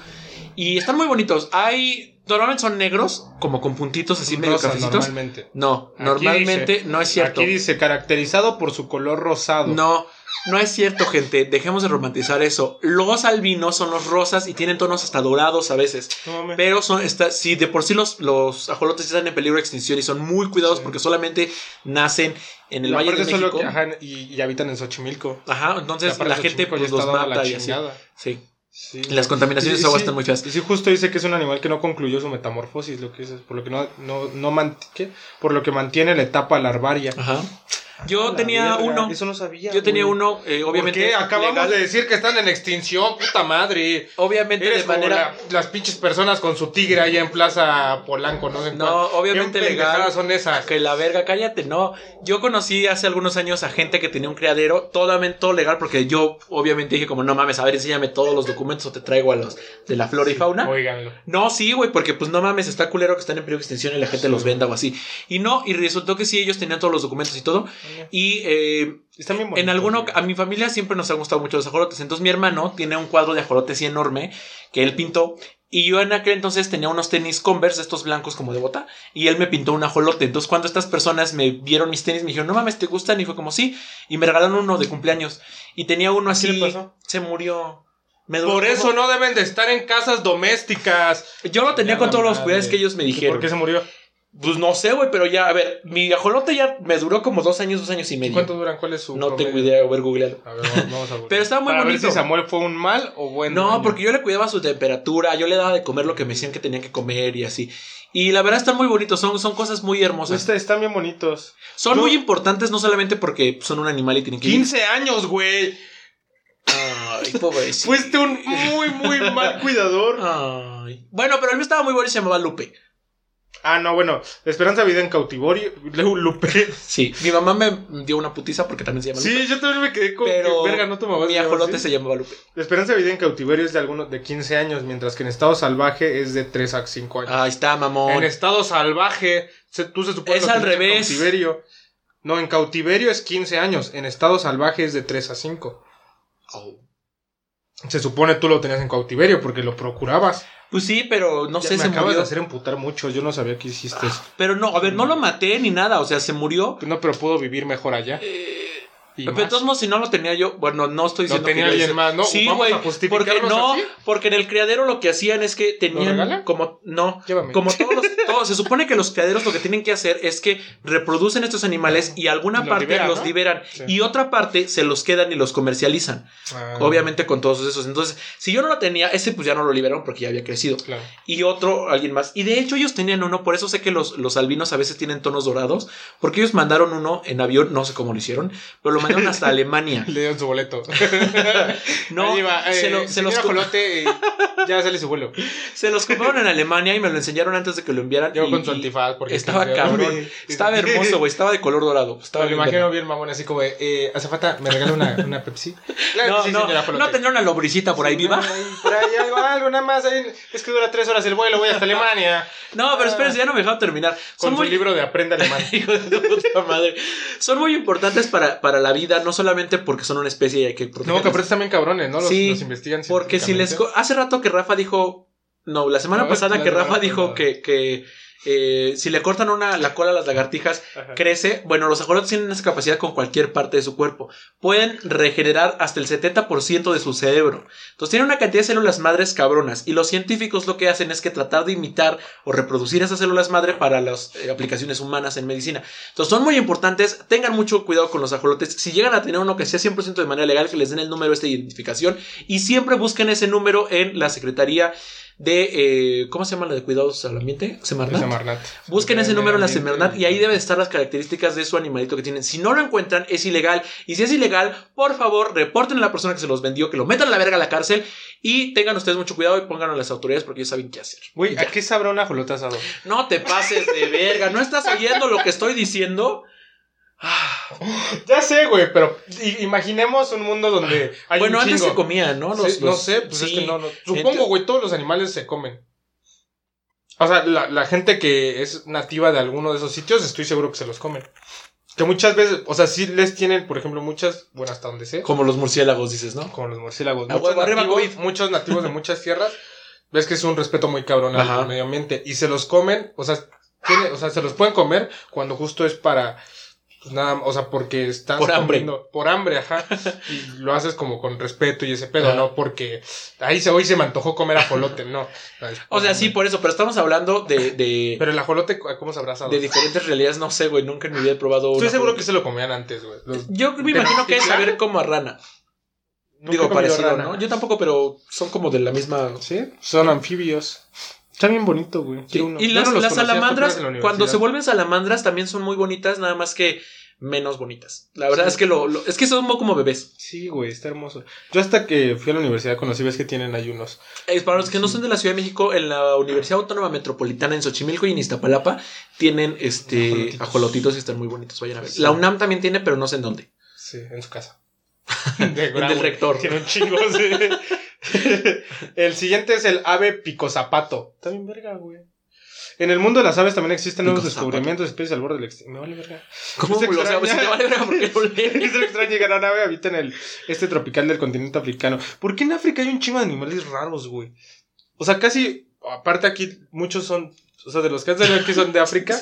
A: Y están muy bonitos. Hay. Normalmente son negros, como con puntitos así medio
B: Rosas,
A: cafecitos.
B: normalmente.
A: No,
B: Aquí
A: normalmente no es cierto.
B: Aquí dice caracterizado por su color rosado.
A: No, no es cierto, gente. Dejemos de romantizar eso. Los albinos son los rosas y tienen tonos hasta dorados a veces.
B: No mames.
A: Pero son, está, si de por sí los, los ajolotes están en peligro de extinción y son muy cuidados
B: Sí.
A: porque solamente nacen en el
B: Y
A: Valle de
B: aparte
A: México.
B: solo que-
A: ajá.
B: ajá, y, y habitan en Xochimilco.
A: entonces
B: Y
A: la,
B: aparte
A: gente
B: Xochimilco ya
A: pues
B: está
A: los
B: dada la
A: mata y así.
B: chingada.
A: Sí.
B: Sí.
A: Y las contaminaciones
B: Y-
A: de agua
B: sí,
A: están muy feas.
B: Y sí, justo dice que es un animal que no concluyó su metamorfosis, lo que dices, por lo que no, no, no mant- ¿qué? por lo que mantiene la etapa larvaria.
A: Ajá. Yo
B: Ah, la
A: tenía
B: verga,
A: uno.
B: Eso no sabía.
A: Yo tenía
B: güey.
A: uno, eh, obviamente.
B: ¿Por qué? Acabamos
A: legal,
B: de decir que están en extinción, puta madre.
A: Obviamente
B: Eres
A: de manera.
B: como la- las pinches personas con su tigre allá en Plaza Polanco, no sé en
A: No,
B: cuál.
A: obviamente
B: ¿Qué pendejadas
A: legal.
B: son esas?
A: Que la verga, cállate, no. Yo conocí hace algunos años a gente que tenía un criadero, todo, todo legal, porque yo obviamente dije como, no mames, a ver, enséñame todos los documentos o te traigo a los de la flora y fauna.
B: Óiganlo.
A: No, sí, güey, porque pues no mames, está culero que están en peligro de extinción y la gente
B: Sí.
A: los venda o así. Y no, y resultó que sí, ellos tenían todos los documentos y todo. Y eh,
B: Están bien
A: en
B: bonitos,
A: alguno,
B: güey.
A: a mi familia siempre nos han gustado mucho los ajolotes. Entonces mi hermano tiene un cuadro de ajolote así enorme que él pintó. Y yo en aquel entonces tenía unos tenis Converse, estos blancos como de bota, y él me pintó un ajolote. Entonces cuando estas personas me vieron mis tenis, me dijeron, no mames, ¿te gustan? Y fue como, sí. Y me regalaron uno de cumpleaños. Y tenía uno así.
B: ¿Qué le pasó?
A: Se murió. Me duró
B: Por
A: como-
B: eso no deben de estar en casas domésticas.
A: Yo lo tenía
B: Ya
A: con
B: la
A: todos los
B: madre.
A: cuidados que ellos me dijeron.
B: ¿Por qué se murió?
A: Pues no sé, güey, pero ya, a ver, mi ajolote ya me duró como dos años, dos años y medio.
B: ¿Cuánto duran? ¿Cuál es su
A: No tengo
B: promedio?
A: idea, a ver, googlealo.
B: A ver,
A: *laughs*
B: vamos- vamos a ver.
A: Pero estaba muy
B: Para
A: bonito.
B: ver si Samuel fue un mal o bueno.
A: No, porque yo le cuidaba su temperatura, yo le daba de comer lo que me decían que tenían que comer y así. Y la verdad están muy bonitos, son, son cosas muy hermosas.
B: están bien bonitos.
A: son
B: Pues yo-
A: muy importantes no solamente porque son un animal y tienen que ir.
B: 15 años, güey.
A: Ay, pobrecito.
B: Fuiste un muy, muy
A: *laughs*
B: mal cuidador.
A: Ay. Bueno, pero el mío estaba muy bueno y se llamaba Lupe.
B: Ah, no, bueno. Esperanza vida en cautiverio. Leu Lupe.
A: Sí, mi mamá me dio una putiza porque también se llama Lupe.
B: Sí, yo también me quedé con
A: Pero
B: verga, no tomabas
A: mi
B: nada,
A: ajolote
B: ¿sí?
A: se llamaba Lupe.
B: La esperanza de vida en cautiverio es de algunos de 15 años, mientras que en estado salvaje es de 3 a 5 años.
A: Ahí está, mamón.
B: En estado salvaje, se- tú se
A: Ah,
B: supone
A: Es
B: lo que
A: al
B: en
A: revés.
B: cautiverio. No, en cautiverio es 15 años, en estado salvaje es de 3 a 5.
A: Oh.
B: Se supone tú lo tenías en cautiverio porque lo procurabas.
A: Pues sí, pero no
B: Ya
A: sé,
B: me
A: se
B: acabas
A: murió. Ah.
B: de hacer emputar mucho, yo no sabía que hiciste eso.
A: Pero no, a ver, no lo maté ni nada, o sea, se murió.
B: No, pero pudo vivir mejor allá.
A: Eh,
B: Y
A: Pero
B: más.
A: de todos modos, si no lo tenía yo, bueno, no estoy
B: lo
A: diciendo que
B: tenía
A: yo
B: alguien
A: hice-
B: más, ¿no?
A: Sí,
B: Vamos
A: güey.
B: a justificarnos
A: Porque no,
B: así.
A: porque en el criadero lo que hacían es que tenían
B: regalan?
A: como no,
B: Llévame.
A: como todos los todos, se supone que los criaderos lo que tienen que hacer es que reproducen estos animales y alguna
B: Y los
A: parte
B: liberan,
A: los
B: ¿no?
A: liberan
B: Sí.
A: y otra parte se los quedan y los comercializan,
B: Ah,
A: obviamente con todos esos. Entonces, si yo no lo tenía, ese pues ya no lo liberaron porque ya había crecido *laughs*
B: Claro.
A: y otro alguien más. Y de hecho ellos tenían uno, por eso sé que los, los albinos a veces tienen tonos dorados, porque ellos mandaron uno en avión, no sé cómo lo hicieron, pero lo mandaron
B: *laughs*
A: hasta Alemania.
B: Le dieron su *laughs* boleto.
A: No,
B: Ahí va, eh,
A: se, lo- se
B: señor
A: los, co-
B: ajolote, eh, ya sale su vuelo.
A: se los compraron en Alemania y me lo enseñaron antes de que lo enviaran.
B: Yo
A: y-
B: con su
A: y
B: antifaz. Porque
A: estaba
B: *laughs*
A: cabrón. Estaba hermoso, güey, estaba de color dorado. Estaba
B: Me lo
A: bien
B: imagino bien mamón, así como, de, eh, azafata, ¿me regala una, una Pepsi?
A: verga.
B: Claro que
A: *laughs*
B: sí,
A: No,
B: señora
A: no,
B: ajolote.
A: no tendrá una lobricita por ahí
B: Sí,
A: viva.
B: no, ahí, por ahí, ahí va algo, nada más. ahí- es que dura tres horas el vuelo, voy hasta Alemania.
A: *laughs* No, pero espérense, ya no me dejaron terminar.
B: Con
A: Son
B: su
A: muy,
B: libro de Aprenda Alemán.
A: *laughs* Hijo de tu puta madre. Son muy importantes para, para la vida, no solamente porque son una especie y hay que
B: No,
A: protegerlas.
B: que están bien cabrones, ¿no? Los,
A: Sí,
B: los investigan
A: Porque si les...
B: científicamente.
A: co- Hace rato que Rafa dijo... No, la semana
B: No,
A: pasada
B: la
A: que
B: semana
A: Rafa dijo
B: pasada.
A: que, que eh, si le cortan una, la cola a las lagartijas,
B: Ajá.
A: crece. Bueno, los ajolotes tienen esa capacidad con cualquier parte de su cuerpo. Pueden regenerar hasta el 70% de su cerebro. Entonces tienen una cantidad de células madres cabronas. Y los científicos lo que hacen es que tratar de imitar o reproducir esas células madre para las eh, aplicaciones humanas en medicina. Entonces son muy importantes. Tengan mucho cuidado con los ajolotes. Si llegan a tener uno que sea 100% de manera legal, que les den el número este de identificación. Y siempre busquen ese número en la Secretaría de... eh, ¿Cómo se llama la de cuidados al ambiente?
B: De
A: Semarnat.
B: Semarnat.
A: Busquen ese número en la
B: Ambiente.
A: Semarnat y ahí deben estar las características de su animalito que tienen. Si no lo encuentran, es ilegal. Y si es ilegal, por favor, reporten a la persona que se los vendió, que lo metan a la verga a la cárcel y tengan ustedes mucho cuidado y pónganlo a las autoridades porque ellos saben qué hacer.
B: Güey,
A: Ya.
B: ¿a qué sabrá un ajolote asado?
A: No te pases de verga, ¿no estás oyendo lo que estoy diciendo? Ah,
B: Ya sé, güey, pero i- imaginemos un mundo donde hay
A: bueno,
B: un
A: antes
B: chingo.
A: se comían, ¿no? Los-
B: Sí, no
A: los-
B: sé, pues es
A: sí.
B: que no, no.
A: Ente-
B: Supongo, güey, todos los animales se comen. O sea, la, la gente que es nativa de alguno de esos sitios, estoy seguro que se los comen. Que muchas veces, o sea, sí les tienen, por ejemplo, muchas, bueno, hasta donde sé,
A: Como los murciélagos, dices, ¿no?
B: como los murciélagos.
A: A
B: Muchos
A: huevo, arriba,
B: nativos,
A: COVID.
B: muchos nativos de muchas tierras, ves que es un respeto muy cabrón al
A: Ajá.
B: medio ambiente. Y se los comen, o sea, tiene- o sea, se los pueden comer cuando justo es para. Pues nada, o sea, porque estás
A: Por hambre.
B: comiendo- por
A: *laughs*
B: hambre, ajá. Y lo haces como con respeto y ese pedo,
A: Ajá.
B: ¿no? Porque ahí se, hoy se me antojó comer ajolote, no.
A: O sea, sí, por eso, pero estamos hablando de, de,
B: Pero el ajolote, ¿cómo se habrá asado?
A: de diferentes realidades. No sé, güey, nunca en mi vida he probado
B: Estoy
A: una
B: seguro
A: fruta.
B: que se lo comían antes, güey. Los-
A: Yo me imagino que es
B: Tenochtitlán.
A: saber como a rana.
B: nunca he
A: Digo,
B: comido
A: parecido,
B: rana.
A: ¿no? Yo tampoco, pero son como de la misma.
B: Sí, son anfibios. Están bien bonitos, güey. Quiero uno.
A: Y
B: Yo
A: las,
B: no los
A: las
B: conocía hasta
A: salamandras,
B: apenas en la
A: cuando se
B: universidad.
A: vuelven salamandras, también son muy bonitas, nada más que menos bonitas. La verdad
B: Sí.
A: es que lo, lo- es que son como bebés.
B: Sí, güey, está hermoso. Yo hasta que fui a la universidad conocí, ves que tienen ayunos.
A: Eh, para los que no son de la Ciudad de México, en la Universidad Autónoma Metropolitana en Xochimilco y en Iztapalapa tienen este ajolotitos,
B: Ajolotitos.
A: y están muy bonitos, vayan a ver.
B: Sí.
A: La UNAM también tiene, pero no sé en *laughs* dónde.
B: Sí, en su *laughs* casa. De gran,
A: del
B: güey.
A: rector.
B: Tiene un chingo, sí. *laughs* el siguiente es el ave picozapato. Está bien verga, güey. En el mundo de las aves también existen nuevos
A: Picozapato.
B: descubrimientos de especies al borde del extinto. Me vale verga.
A: ¿Cómo
B: Es
A: lo sea, pues, si
B: extraña.
A: te vale *laughs* verga, ¿por qué lo lees?
B: Es lo extraño que una ave habita en el este tropical del continente africano. ¿Por qué en África hay un chingo de animales raros, güey? O sea, casi, aparte aquí, muchos son, o sea, de los que han salido aquí son de
A: *laughs*
B: África.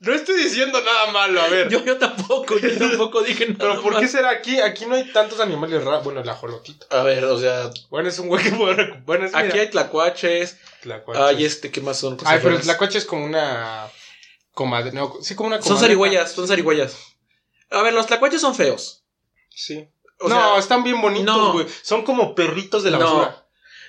B: No estoy diciendo nada malo, a ver.
A: Yo, yo tampoco, *laughs* yo tampoco dije nada.
B: Pero ¿por qué
A: más.
B: será aquí? Aquí no hay tantos animales raros. Bueno, el ajolotito.
A: A ver, o sea,
B: Bueno, es un güey que puede... Bueno, es
A: aquí
B: mira,
A: hay tlacuaches,
B: tlacuaches.
A: Ay, este, ¿qué más son? Cosas
B: Ay, pero el
A: raras.
B: tlacuache es como una... Comadre, no, sí, como una
A: Son
B: comadreja.
A: zarigüeyas, son zarigüeyas. A ver, los tlacuaches son feos.
B: Sí.
A: O
B: no,
A: sea,
B: están bien
A: no.
B: bonitos, güey. Son como perritos de la
A: No.
B: basura.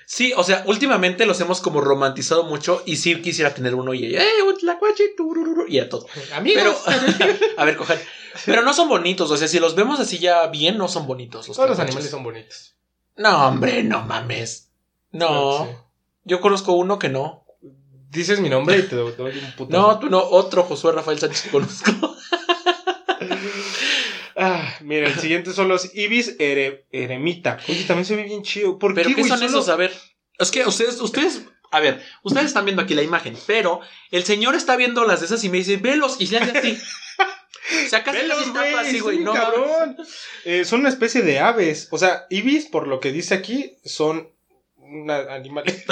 A: sí, o sea, últimamente los hemos como romantizado mucho y sí quisiera tener uno y ¡eh, un tlacuache! turururu", Y a todo. Pero,
B: Amigos.
A: *laughs* a ver, cojan. Pero no son bonitos, o sea, si los vemos así ya bien, no son bonitos.
B: todos los
A: tlacuaches.
B: animales son bonitos.
A: No, hombre, no mames. No,
B: Claro que
A: yo conozco uno que no.
B: sí. Dices mi nombre y te do- doy un puto.
A: No, tú no, otro Josué Rafael Sánchez que conozco.
B: Ah, mira, el siguiente son los ibis ere- eremita. Oye, también se ve bien chido. ¿Por
A: ¿Pero qué,
B: güey?
A: son
B: Solo-
A: esos? A ver. Es que ustedes, ustedes, a ver, ustedes están viendo aquí la imagen, pero el señor está viendo las de esas y me dice, velos, y se hace así. O sea, casi
B: Velos,
A: casi
B: güey,
A: tapa así,
B: son
A: güey.
B: bien
A: No,
B: cabrón. Eh, son una especie de aves. O sea, ibis, por lo que dice aquí, son una- *laughs* animales.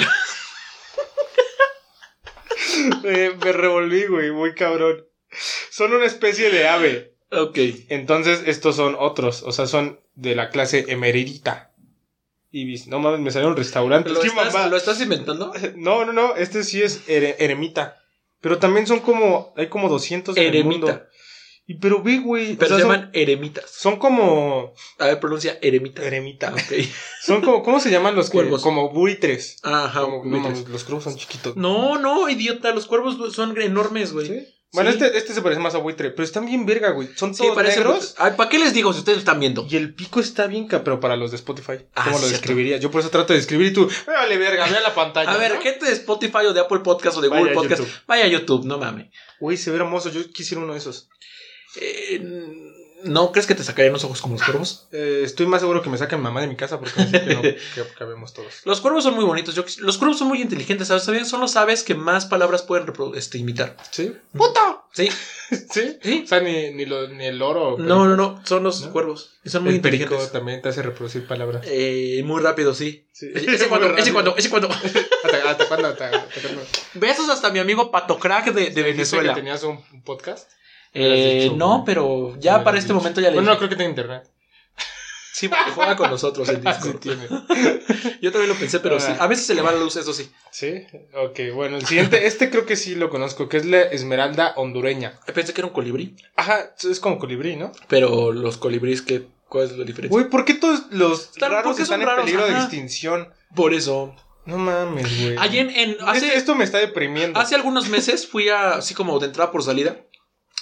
B: Eh, me revolví, güey, muy cabrón. Son una especie de ave.
A: Ok.
B: Entonces, estos son otros, o sea, son de la clase emerita. Y dice, no mames, me salió un restaurante.
A: ¿Lo
B: Es que
A: estás,
B: mamá-
A: ¿Lo estás inventando?
B: *laughs* No, no, no, este sí es ere- eremita. Pero también son como, hay como 200 en el
A: Eremita.
B: mundo. Y pero ve, güey,
A: Pero
B: o sea,
A: se
B: son-
A: llaman eremitas.
B: son como
A: A ver, pronuncia eremita.
B: eremita.
A: Ok.
B: Son como, ¿cómo se llaman los cuervos?
A: Cuervos.
B: Como buitres.
A: Ajá.
B: Como- no
A: buitres.
B: mames, los cuervos son chiquitos.
A: No, no, idiota. Los cuervos son enormes, güey. Sí,
B: ¿Sí? Bueno,
A: Sí.
B: este, este se parece más a buitre, pero están bien verga, güey. Son todos
A: parecen-
B: negros.
A: Ay, ¿Para qué les digo si ustedes están viendo?
B: Y el pico está bien, ca- pero para los de Spotify.
A: Ah,
B: ¿Cómo lo
A: cierto.
B: describiría? Yo por eso trato de describir y tú, "Eh, vale verga, vea la pantalla.
A: A ver,
B: ¿no?
A: gente de Spotify o de Apple Podcast o de
B: Vaya
A: Google Podcast,
B: YouTube.
A: vaya a YouTube, no mames.
B: Güey, se ve hermoso. Yo quisiera uno de esos.
A: Eh, ¿No crees que te sacarían los ojos como los cuervos?
B: Eh, estoy más seguro que me saca mi mamá de mi casa porque me dice
A: *laughs*
B: que, no, que cabemos todos.
A: Los cuervos son muy bonitos. yo quis- los cuervos son muy inteligentes, ¿sabes? ¿Sabían? Son los aves que más palabras pueden repro- este, imitar.
B: ¿Sí?
A: ¡Puta! Sí,
B: ¿Sí?
A: *laughs* sí.
B: O sea, ni, ni, lo- ni el oro.
A: No, no, no. Son los
B: ¿No?
A: cuervos. Y son muy
B: El perico
A: inteligentes.
B: también te hace reproducir palabras.
A: Eh, muy rápido, *laughs* sí.
B: Sí. *laughs*
A: Ese cuando, ese
B: Rápido.
A: cuando, ese cuando.
B: ¿Hasta, hasta cuándo? ¿Hasta, hasta cuándo?
A: Besos hasta mi amigo Pato Crack de, de
B: ¿Dijiste que
A: Venezuela.
B: tenías un, un podcast?
A: Eh,
B: Hubieras dicho,
A: no,
B: güey.
A: pero
B: Hubieras
A: ya para este
B: dicho.
A: momento ya le
B: Bueno, no
A: dije.
B: creo que tenga internet.
A: Sí, porque juega con nosotros en
B: *laughs* Ah, sí
A: Discord.
B: tiene. Ah.
A: Yo también lo pensé, pero sí. A veces se le va la luz, eso sí.
B: Sí, ok, bueno, el *laughs* siguiente, este creo que sí lo conozco, que es la esmeralda hondureña.
A: Pensé que era un colibrí,
B: Ajá, es como colibrí, ¿no?
A: pero los colibríes, ¿qué, ¿cuál es la diferencia?
B: Güey, ¿por qué todos los
A: Están-
B: raros
A: ¿por qué
B: están
A: son
B: en
A: raros?
B: peligro de
A: Ajá.
B: extinción?
A: Por eso.
B: No mames, güey.
A: Ayer en. Hace,
B: Eh, Este- esto me está deprimiendo.
A: hace algunos meses fui a, así como de entrada por salida,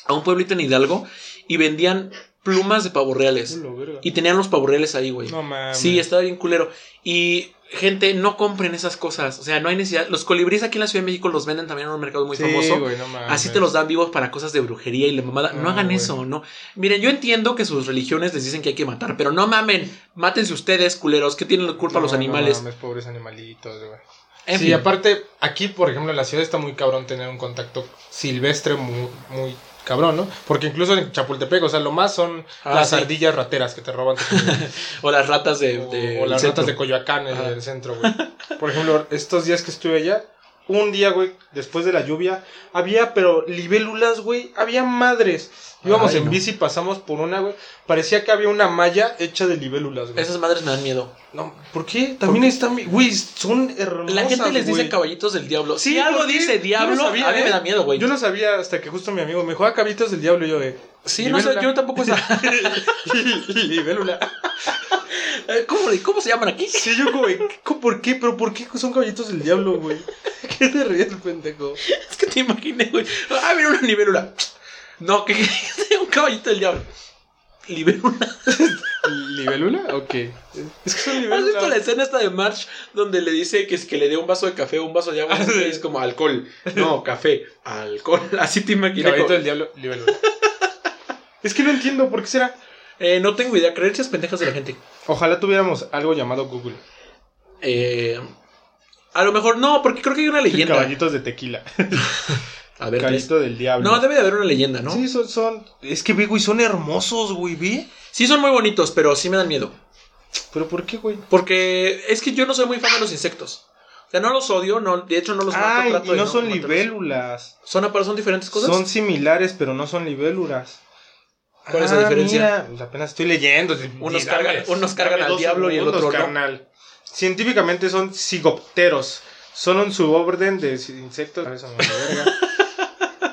A: a un pueblito en Hidalgo y vendían plumas de pavorreales.
B: Culo, verga.
A: Y tenían los pavorreales ahí, güey.
B: No mames.
A: Sí, estaba bien culero. Y, gente, no compren esas cosas. O sea, no hay necesidad. Los colibríes aquí en la Ciudad de México los venden también en un mercado muy
B: Sí,
A: famoso.
B: güey, no mames.
A: Así te los dan vivos para cosas de brujería y la mamada. No,
B: No,
A: hagan
B: güey.
A: eso, no. Miren, yo entiendo que sus religiones les dicen que hay que matar, pero no mamen. Mátense ustedes, culeros, que tienen la culpa
B: No,
A: los animales.
B: No mames, pobres animalitos, güey.
A: En
B: sí,
A: fin.
B: aparte, aquí, por ejemplo, en la ciudad está muy cabrón tener un contacto silvestre muy, muy cabrón, ¿no? Porque incluso en Chapultepec, o sea, lo más son
A: Ah,
B: las
A: sí.
B: ardillas rateras que te
A: *laughs*
B: roban. tu comida.
A: O las ratas de.
B: o,
A: de-
B: o las
A: del
B: ratas de
A: centro.
B: Coyoacán en
A: Ajá.
B: el centro, güey. Por ejemplo, estos días que estuve allá, un día, güey, después de la lluvia, había, pero libélulas, güey, había madres. Íbamos
A: Ay,
B: en
A: no.
B: bici, pasamos por una, güey. Parecía que había una malla hecha de libélulas, güey.
A: Esas madres me dan miedo.
B: No, ¿Por qué? También están, bi- güey, son hermosas,
A: La gente les
B: güey.
A: dice caballitos del diablo.
B: Sí,
A: si algo
B: ¿por qué?
A: dice
B: Yo no
A: diablo,
B: sabía,
A: a mí
B: ¿eh?
A: me da miedo, güey.
B: Yo no sabía hasta que justo mi amigo me juega cabritos del diablo y yo de.
A: Sí, no sé, yo tampoco
B: *laughs*
A: sé.
B: Libélula.
A: Eh, ¿Cómo, ¿Cómo se llaman aquí?
B: Sí, yo como, de, ¿co- ¿por qué? ¿Pero por qué son caballitos del diablo, güey? *laughs* ¿Qué te ríes, pendejo?
A: Es que te imaginé, güey. Ah, mira una libélula. No, *laughs* que un caballito del diablo. Libélula.
B: ¿Libélula? Ok. Es que son
A: ¿Has visto la
B: libélulas.
A: escena esta de March donde le dice que es que le dé un vaso de café o un vaso de agua?
B: Ah, sí.
A: y es como alcohol.
B: *laughs*
A: No, café, alcohol. *laughs* Así te imaginé.
B: Caballito
A: como-
B: del diablo, libélula. *laughs* Es que no entiendo por qué será.
A: Eh, no tengo idea. Creencias pendejas de la gente.
B: Ojalá tuviéramos algo llamado Google.
A: Eh, a lo mejor no, porque creo que hay una leyenda.
B: Caballitos de tequila.
A: A ver,
B: Caballito del diablo.
A: no, debe de haber una leyenda, ¿no?
B: Sí, son, son. Es que ve, güey, son hermosos, güey, ve.
A: sí, son muy bonitos, pero sí me dan miedo.
B: ¿Pero por qué, güey?
A: Porque es que yo no soy muy fan de los insectos. O sea, no los odio, no, de hecho no los mato,
B: Ay,
A: trato
B: y
A: de
B: no son
A: matarlos.
B: libélulas.
A: Son, apar- son diferentes cosas.
B: Son similares, pero no son libélulas.
A: ¿Cuál es la diferencia?
B: mira, pues apenas estoy leyendo.
A: Unos
B: Y
A: cargan-
B: dame-
A: unos cargan
B: dame
A: al
B: dos
A: diablo y el
B: segundos,
A: otro no.
B: carnal. Científicamente son cigopteros. Son un suborden de insectos. Ah, eso me vale verga.
A: *laughs*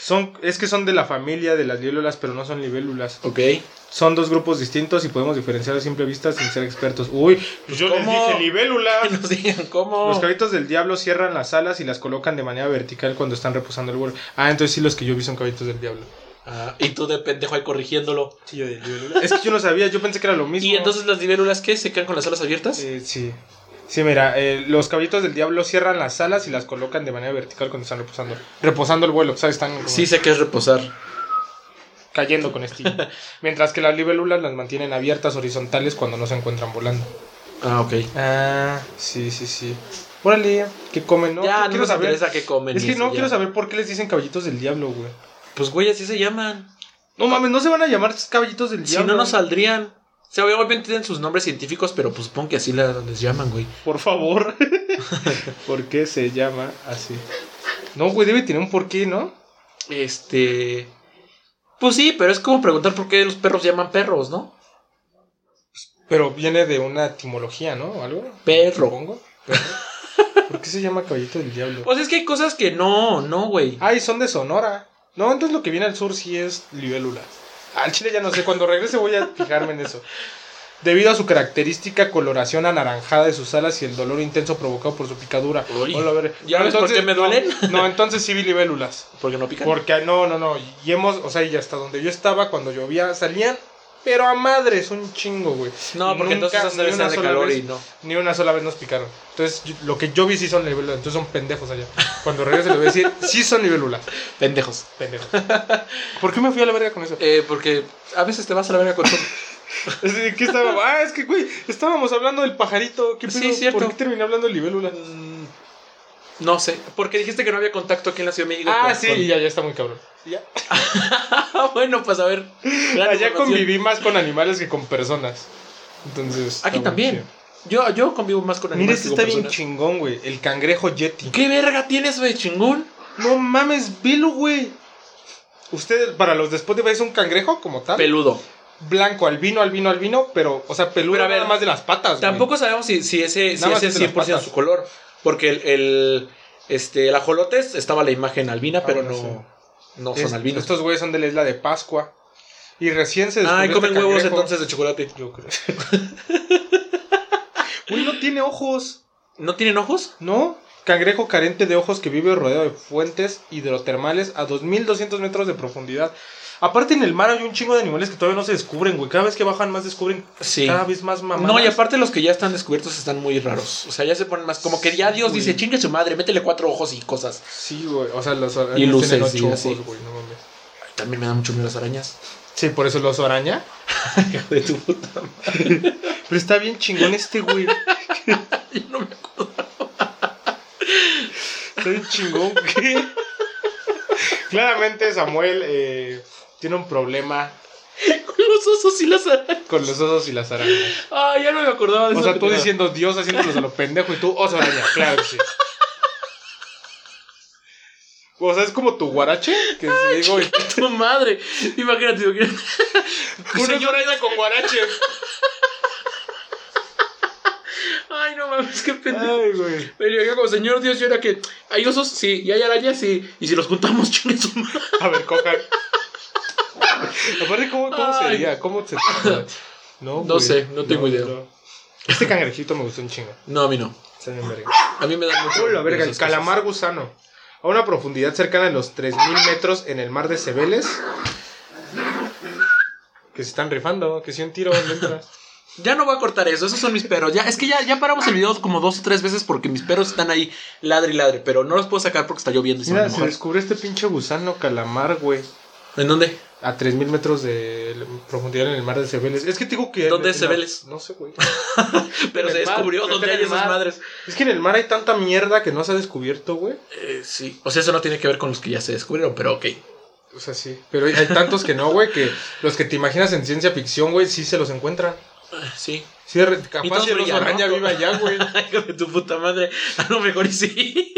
B: Son, es que son de la familia de las libélulas, pero no son libélulas.
A: Ok. *laughs*
B: Son dos grupos distintos y podemos diferenciar a simple vista sin ser expertos. Uy, pues yo les
A: ¿Cómo?
B: dije libélulas.
A: Que nos digan cómo.
B: Los caballitos del diablo cierran las alas y las colocan de manera vertical cuando están reposando el vuelo. Ah, entonces sí los que yo vi son caballitos del diablo.
A: Ah, y tú de pendejo ahí corrigiéndolo.
B: *laughs* Es que yo no sabía, yo pensé que era lo mismo.
A: ¿Y entonces las libélulas qué? ¿Se quedan con las alas abiertas?
B: Eh, sí. Sí, mira, eh, los caballitos del diablo cierran las alas y las colocan de manera vertical cuando están reposando. Reposando el vuelo, o sea, están como
A: Sí, sé que es reposar.
B: cayendo con
A: *laughs*
B: estilo. Mientras que las libélulas las mantienen abiertas horizontales cuando no se encuentran volando.
A: Ah, ok.
B: Ah, sí, sí, sí. Órale, ¿qué comen? No,
A: ya,
B: Yo
A: no nos interesa qué comen.
B: Es
A: y
B: que
A: eso,
B: no
A: ya.
B: quiero saber por qué les dicen caballitos del diablo, güey.
A: Pues, güey, así se llaman.
B: No mames, no se van a llamar caballitos del
A: Si
B: diablo.
A: no, no saldrían. O sea, obviamente tienen sus nombres científicos, pero pues supongo que así la- les llaman, güey.
B: Por favor. *laughs* ¿Por qué se llama así? No, güey, debe tener un porqué, ¿no?
A: Este. Pues sí, pero es como preguntar por qué los perros llaman perros, ¿no?
B: Pero viene de una etimología, ¿no? ¿O algo?
A: Perro.
B: Supongo. Perro. ¿Por qué se llama caballito del diablo?
A: O sea, es que hay cosas que no, no, güey.
B: Ay, son de Sonora. No, entonces lo que viene al sur sí es libélula. Al chile ya no sé, cuando regrese voy a fijarme en eso. Debido a su característica coloración anaranjada de sus alas y el dolor intenso provocado por su picadura.
A: Uy.
B: Hola, a ver.
A: ¿Ya ves por qué me
B: no,
A: duelen?
B: No, entonces sí vi libélulas.
A: Porque no pican.
B: Porque no, no, no. Y hemos, o sea, y hasta donde yo estaba cuando llovía salían, pero a madres, un chingo, güey.
A: No, porque
B: Nunca,
A: entonces
B: ni
A: debe
B: una
A: estar de
B: sola
A: calor
B: vez.
A: y no.
B: Ni una sola vez nos picaron. Entonces, yo- lo que yo vi sí son libélulas. Entonces son pendejos allá. Cuando regrese les voy a decir, *laughs* sí son libélulas.
A: Pendejos.
B: Pendejos. *laughs* ¿Por qué me fui a la verga *laughs* con eso?
A: Eh, porque a veces te vas a la verga con todo.
B: Es de que estaba- Ah, es que, güey, estábamos hablando del pajarito. ¿Qué
A: Sí,
B: pedo?
A: cierto.
B: ¿Por qué terminé hablando de libélulas?
A: Mm, no sé. Porque dijiste que no había contacto aquí en la Ciudad de México.
B: Ah,
A: con-
B: sí,
A: con-
B: y allá está muy cabrón. Ya.
A: Ah, *laughs* bueno, pues a ver. gran
B: Allá
A: información.
B: conviví más con animales que con personas. Entonces.
A: Aquí
B: está muy
A: también.
B: chido.
A: Yo, yo convivo más con
B: Mira,
A: animales.
B: este
A: que
B: está
A: con
B: bien
A: personas.
B: chingón, güey. El cangrejo Yeti.
A: ¿Qué verga tienes, güey, chingón?
B: No mames, velo, güey. Usted, para los de Spotify, es un cangrejo como tal.
A: Peludo.
B: Blanco, albino, albino, albino, pero, o sea, peludo
A: Pero a ver,
B: nada más de las patas, güey.
A: Tampoco sabemos si, si ese, si
B: Nada más
A: ese es
B: es de las
A: 100%
B: patas.
A: su color. Porque el, el, este, el ajolotes estaba la imagen albina,
B: Ah,
A: pero
B: bueno,
A: no, no
B: Es-
A: son albinos.
B: Estos güeyes son de la isla de Pascua. Y recién se
A: Ah,
B: descubrió
A: y
B: este
A: comen huevos
B: cangrejo.
A: entonces de chocolate.
B: Yo creo. *laughs* Güey, no tiene ojos.
A: ¿No tienen ojos?
B: ¿No? Cangrejo carente de ojos que vive rodeado de fuentes hidrotermales a 2200 metros de profundidad. Aparte, en el mar hay un chingo de animales que todavía no se descubren, güey. Cada vez que bajan más descubren
A: Sí.
B: cada vez más mamadas.
A: No, y aparte los que ya están descubiertos están muy raros. O sea, ya se ponen más. Como que ya Dios
B: Sí.
A: dice, chingue su madre, métele cuatro ojos y cosas.
B: Sí, güey. O sea, los arañas
A: Y luces,
B: tienen
A: sí,
B: ocho ojos,
A: así.
B: güey. No mames.
A: Ay, también me dan mucho miedo las arañas.
B: Sí, por eso el oso araña.
A: *laughs* Hijo de tu puta madre.
B: Pero está bien chingón este, güey.
A: *laughs* Yo no me
B: Está bien chingón, güey. Claramente Samuel eh, tiene un problema
A: Con *laughs* los osos y las arañas.
B: con los osos y las arañas.
A: Ah, ya no me acordaba de
B: O
A: esa
B: sea, tú
A: pendejada. *laughs*
B: diciendo Dios haciéndolos a lo pendejo y tú oso araña, claro que sí. O sea, es como tu guarache, que si digo, *laughs*
A: Tu madre. Imagínate, imagínate. *laughs*
B: una araña con guarache.
A: Ay, no mames, qué pendejo.
B: Ay, güey.
A: Pero yo como señor Dios, yo era que hay osos, sí, y hay arañas, sí. Y si los juntamos, *laughs* chingue su madre.
B: A ver, cojan. Aparte, ¿cómo, cómo
A: Ay.
B: sería? ¿Cómo se
A: *laughs*
B: No,
A: No sé, no tengo idea.
B: Este cangrejito me gustó un chingo.
A: No, a mí no.
B: Está bien verga.
A: A mí me dan mucho.
B: Uy, la verga, el
A: esas cosas.
B: calamar gusano. A una profundidad cercana de los 3.000 metros en el mar de Cebeles. Que se están rifando, que si un tiro le entra.
A: Ya no voy a cortar eso, esos son mis perros. Ya, es que ya, ya paramos el video como dos o tres veces porque mis perros están ahí ladre y ladre, pero no los puedo sacar porque está lloviendo y se van
B: *laughs* Mira,
A: a
B: se
A: mojar.
B: descubrió este pinche gusano calamar, güey.
A: ¿En dónde?
B: A 3.000 metros de la profundidad en el mar de Cebeles. Es que te digo que...
A: ¿Dónde es
B: en la-
A: Cebeles?
B: No sé, güey.
A: Pero
B: En
A: se
B: el mar,
A: descubrió
B: pero
A: dónde
B: está en
A: hay
B: el
A: esas
B: mar.
A: madres.
B: Es que en el mar hay tanta mierda que no se ha descubierto, güey.
A: Eh, sí, o sea, eso no tiene que ver con los que ya se descubrieron, pero ok.
B: O sea, sí. Pero hay tantos que no, güey, que los que te imaginas en ciencia ficción, güey, sí se los encuentran.
A: Sí. *laughs*
B: Sí, re- capaz
A: todos
B: que el oso
A: brillan, ¿no?
B: araña vive allá, güey.
A: Ay, hijo de tu puta madre. A lo mejor y sí.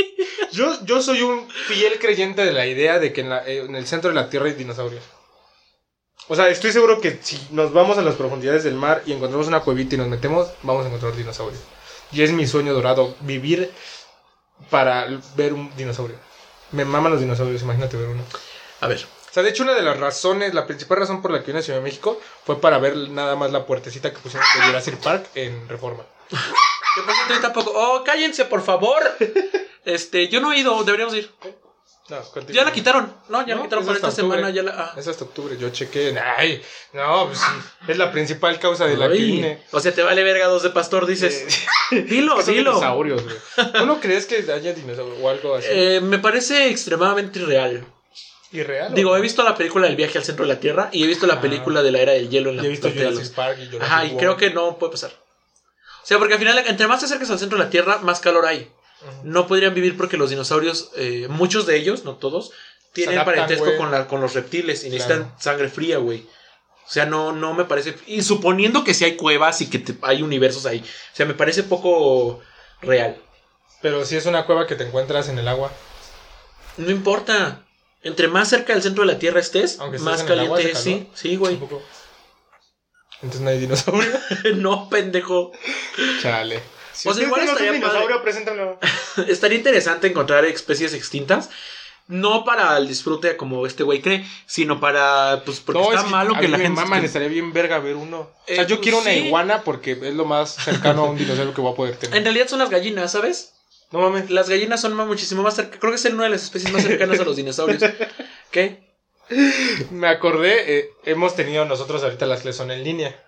B: Yo, yo soy un fiel creyente de la idea de que en, la- eh, en el centro de la Tierra hay dinosaurios. O sea, estoy seguro que si nos vamos a las profundidades del mar y encontramos una cuevita y nos metemos, vamos a encontrar dinosaurios. Y es mi sueño dorado, vivir para l- ver un dinosaurio. Me maman los dinosaurios, imagínate ver uno. O
A: A ver,
B: sea, de hecho, una de las razones, la principal razón por la que vine a Ciudad de México fue para ver nada más la puertecita que pusieron de Jurassic Park en Reforma.
A: ¿Qué pasa? Tú tampoco. Oh, cállense, por favor. Este, yo no he ido, deberíamos ir.
B: No,
A: Ya
B: continúa.
A: la quitaron. No, ya la
B: No,
A: quitaron
B: es
A: para
B: hasta
A: esta semana.
B: octubre.
A: Ya la. ah.
B: Es hasta octubre, yo chequé. Ay, no, pues sí. Es la principal causa de la que
A: Ay,
B: vine.
A: o sea, te vale verga dos de pastor,
B: Eh,
A: *laughs* dices.
B: que
A: Dilo,
B: *laughs* son
A: dilo.
B: dinosaurios, güey. ¿Tú no crees que haya dinosaurios o algo así?
A: Eh, me parece extremadamente irreal.
B: Irreal. o
A: Digo,
B: no?
A: he visto la película del viaje al centro de la Tierra y he visto la
B: Ah.
A: película de la era del hielo en la
B: Y he visto
A: parte de los-
B: Jurassic Park y Jurassic
A: eh, Ajá, y
B: World.
A: creo que no puede pasar. O sea, porque al final, entre más te acercas al centro de la Tierra, más calor hay.
B: Ujú.
A: No podrían vivir porque los dinosaurios, eh, muchos de ellos, no todos, tienen
B: adaptan,
A: parentesco
B: güey.
A: con, la, con los reptiles y necesitan
B: Claro.
A: sangre fría, güey. O sea, no, no me parece. Y suponiendo que sí hay cuevas y que te- hay universos ahí. O sea, me parece poco real.
B: Pero si es una cueva que te encuentras en el agua.
A: No importa. Entre más cerca del centro de la Tierra estés,
B: Aunque estés
A: más
B: en el agua,
A: caliente
B: hace
A: es. Sí,
B: calor.
A: sí, güey.
B: Un poco. Entonces no hay dinosaurio.
A: *laughs* no, pendejo.
B: Chale. Si
A: O sea, Pues
B: usted
A: igual
B: conoce
A: estaría
B: un dinosaurio, preséntamelo.
A: Estaría interesante encontrar especies extintas. No para el disfrute como este güey cree, sino para. Pues porque
B: No,
A: está
B: es
A: malo
B: a
A: que
B: mí
A: la
B: me
A: gente.
B: maman, estaría bien verga ver uno. o sea,
A: Eh,
B: yo
A: pues
B: quiero una
A: sí.
B: iguana porque es lo más cercano a un dinosaurio que voy a poder tener.
A: En realidad son las gallinas, ¿sabes?
B: No mames.
A: Las gallinas son más- muchísimo más cercanas. Creo que es una de las especies más cercanas a los
B: *laughs*
A: dinosaurios. ¿Qué?
B: Me acordé, eh, hemos tenido nosotros ahorita las clases son en línea.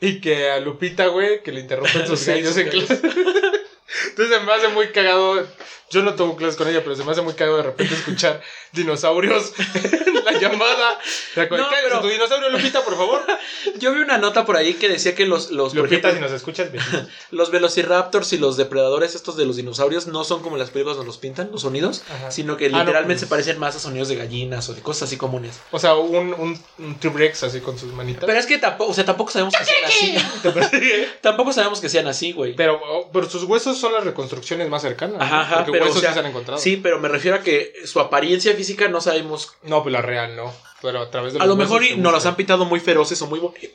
B: Y que a Lupita, güey, que le interrumpen
A: *laughs*
B: sus
A: Sí,
B: gallos
A: sus
B: en
A: gallos.
B: clase. Entonces se me hace muy cagado. Yo no tomo clases con ella, pero se me hace muy cagado de repente escuchar dinosaurios *laughs* en la llamada. O sea, como,
A: No,
B: "Cállese
A: pero-
B: tu dinosaurio, Lupita, por favor.
A: Yo vi una nota por ahí que decía que los, los, por
B: Lupita, si
A: ejemplo,
B: nos escuchas, vecino.
A: los velociraptors y los depredadores, estos de los dinosaurios, no son como en las películas nos los pintan, los sonidos,
B: Ajá.
A: sino que
B: Ah, no,
A: literalmente
B: pues.
A: se parecen más a sonidos de gallinas o de cosas así comunes.
B: O sea, un, un, un T-Rex así con sus manitas.
A: Pero es que tampoco, o sea, tampoco sabemos que sean así. *laughs* tampoco sabemos que sean así, güey.
B: *laughs* Pero, oh, pero sus huesos son las reconstrucciones más cercanas.
A: Ajá,
B: ¿no?
A: ajá,
B: Porque
A: pero,
B: huesos
A: o sea,
B: sí se han encontrado.
A: Sí, pero me refiero a que su apariencia física no sabemos.
B: No, pues la real no. Pero a través de
A: A lo
B: los
A: mejor
B: huesos
A: y
B: se
A: nos los
B: busca.
A: han pintado muy feroces o muy bonitos.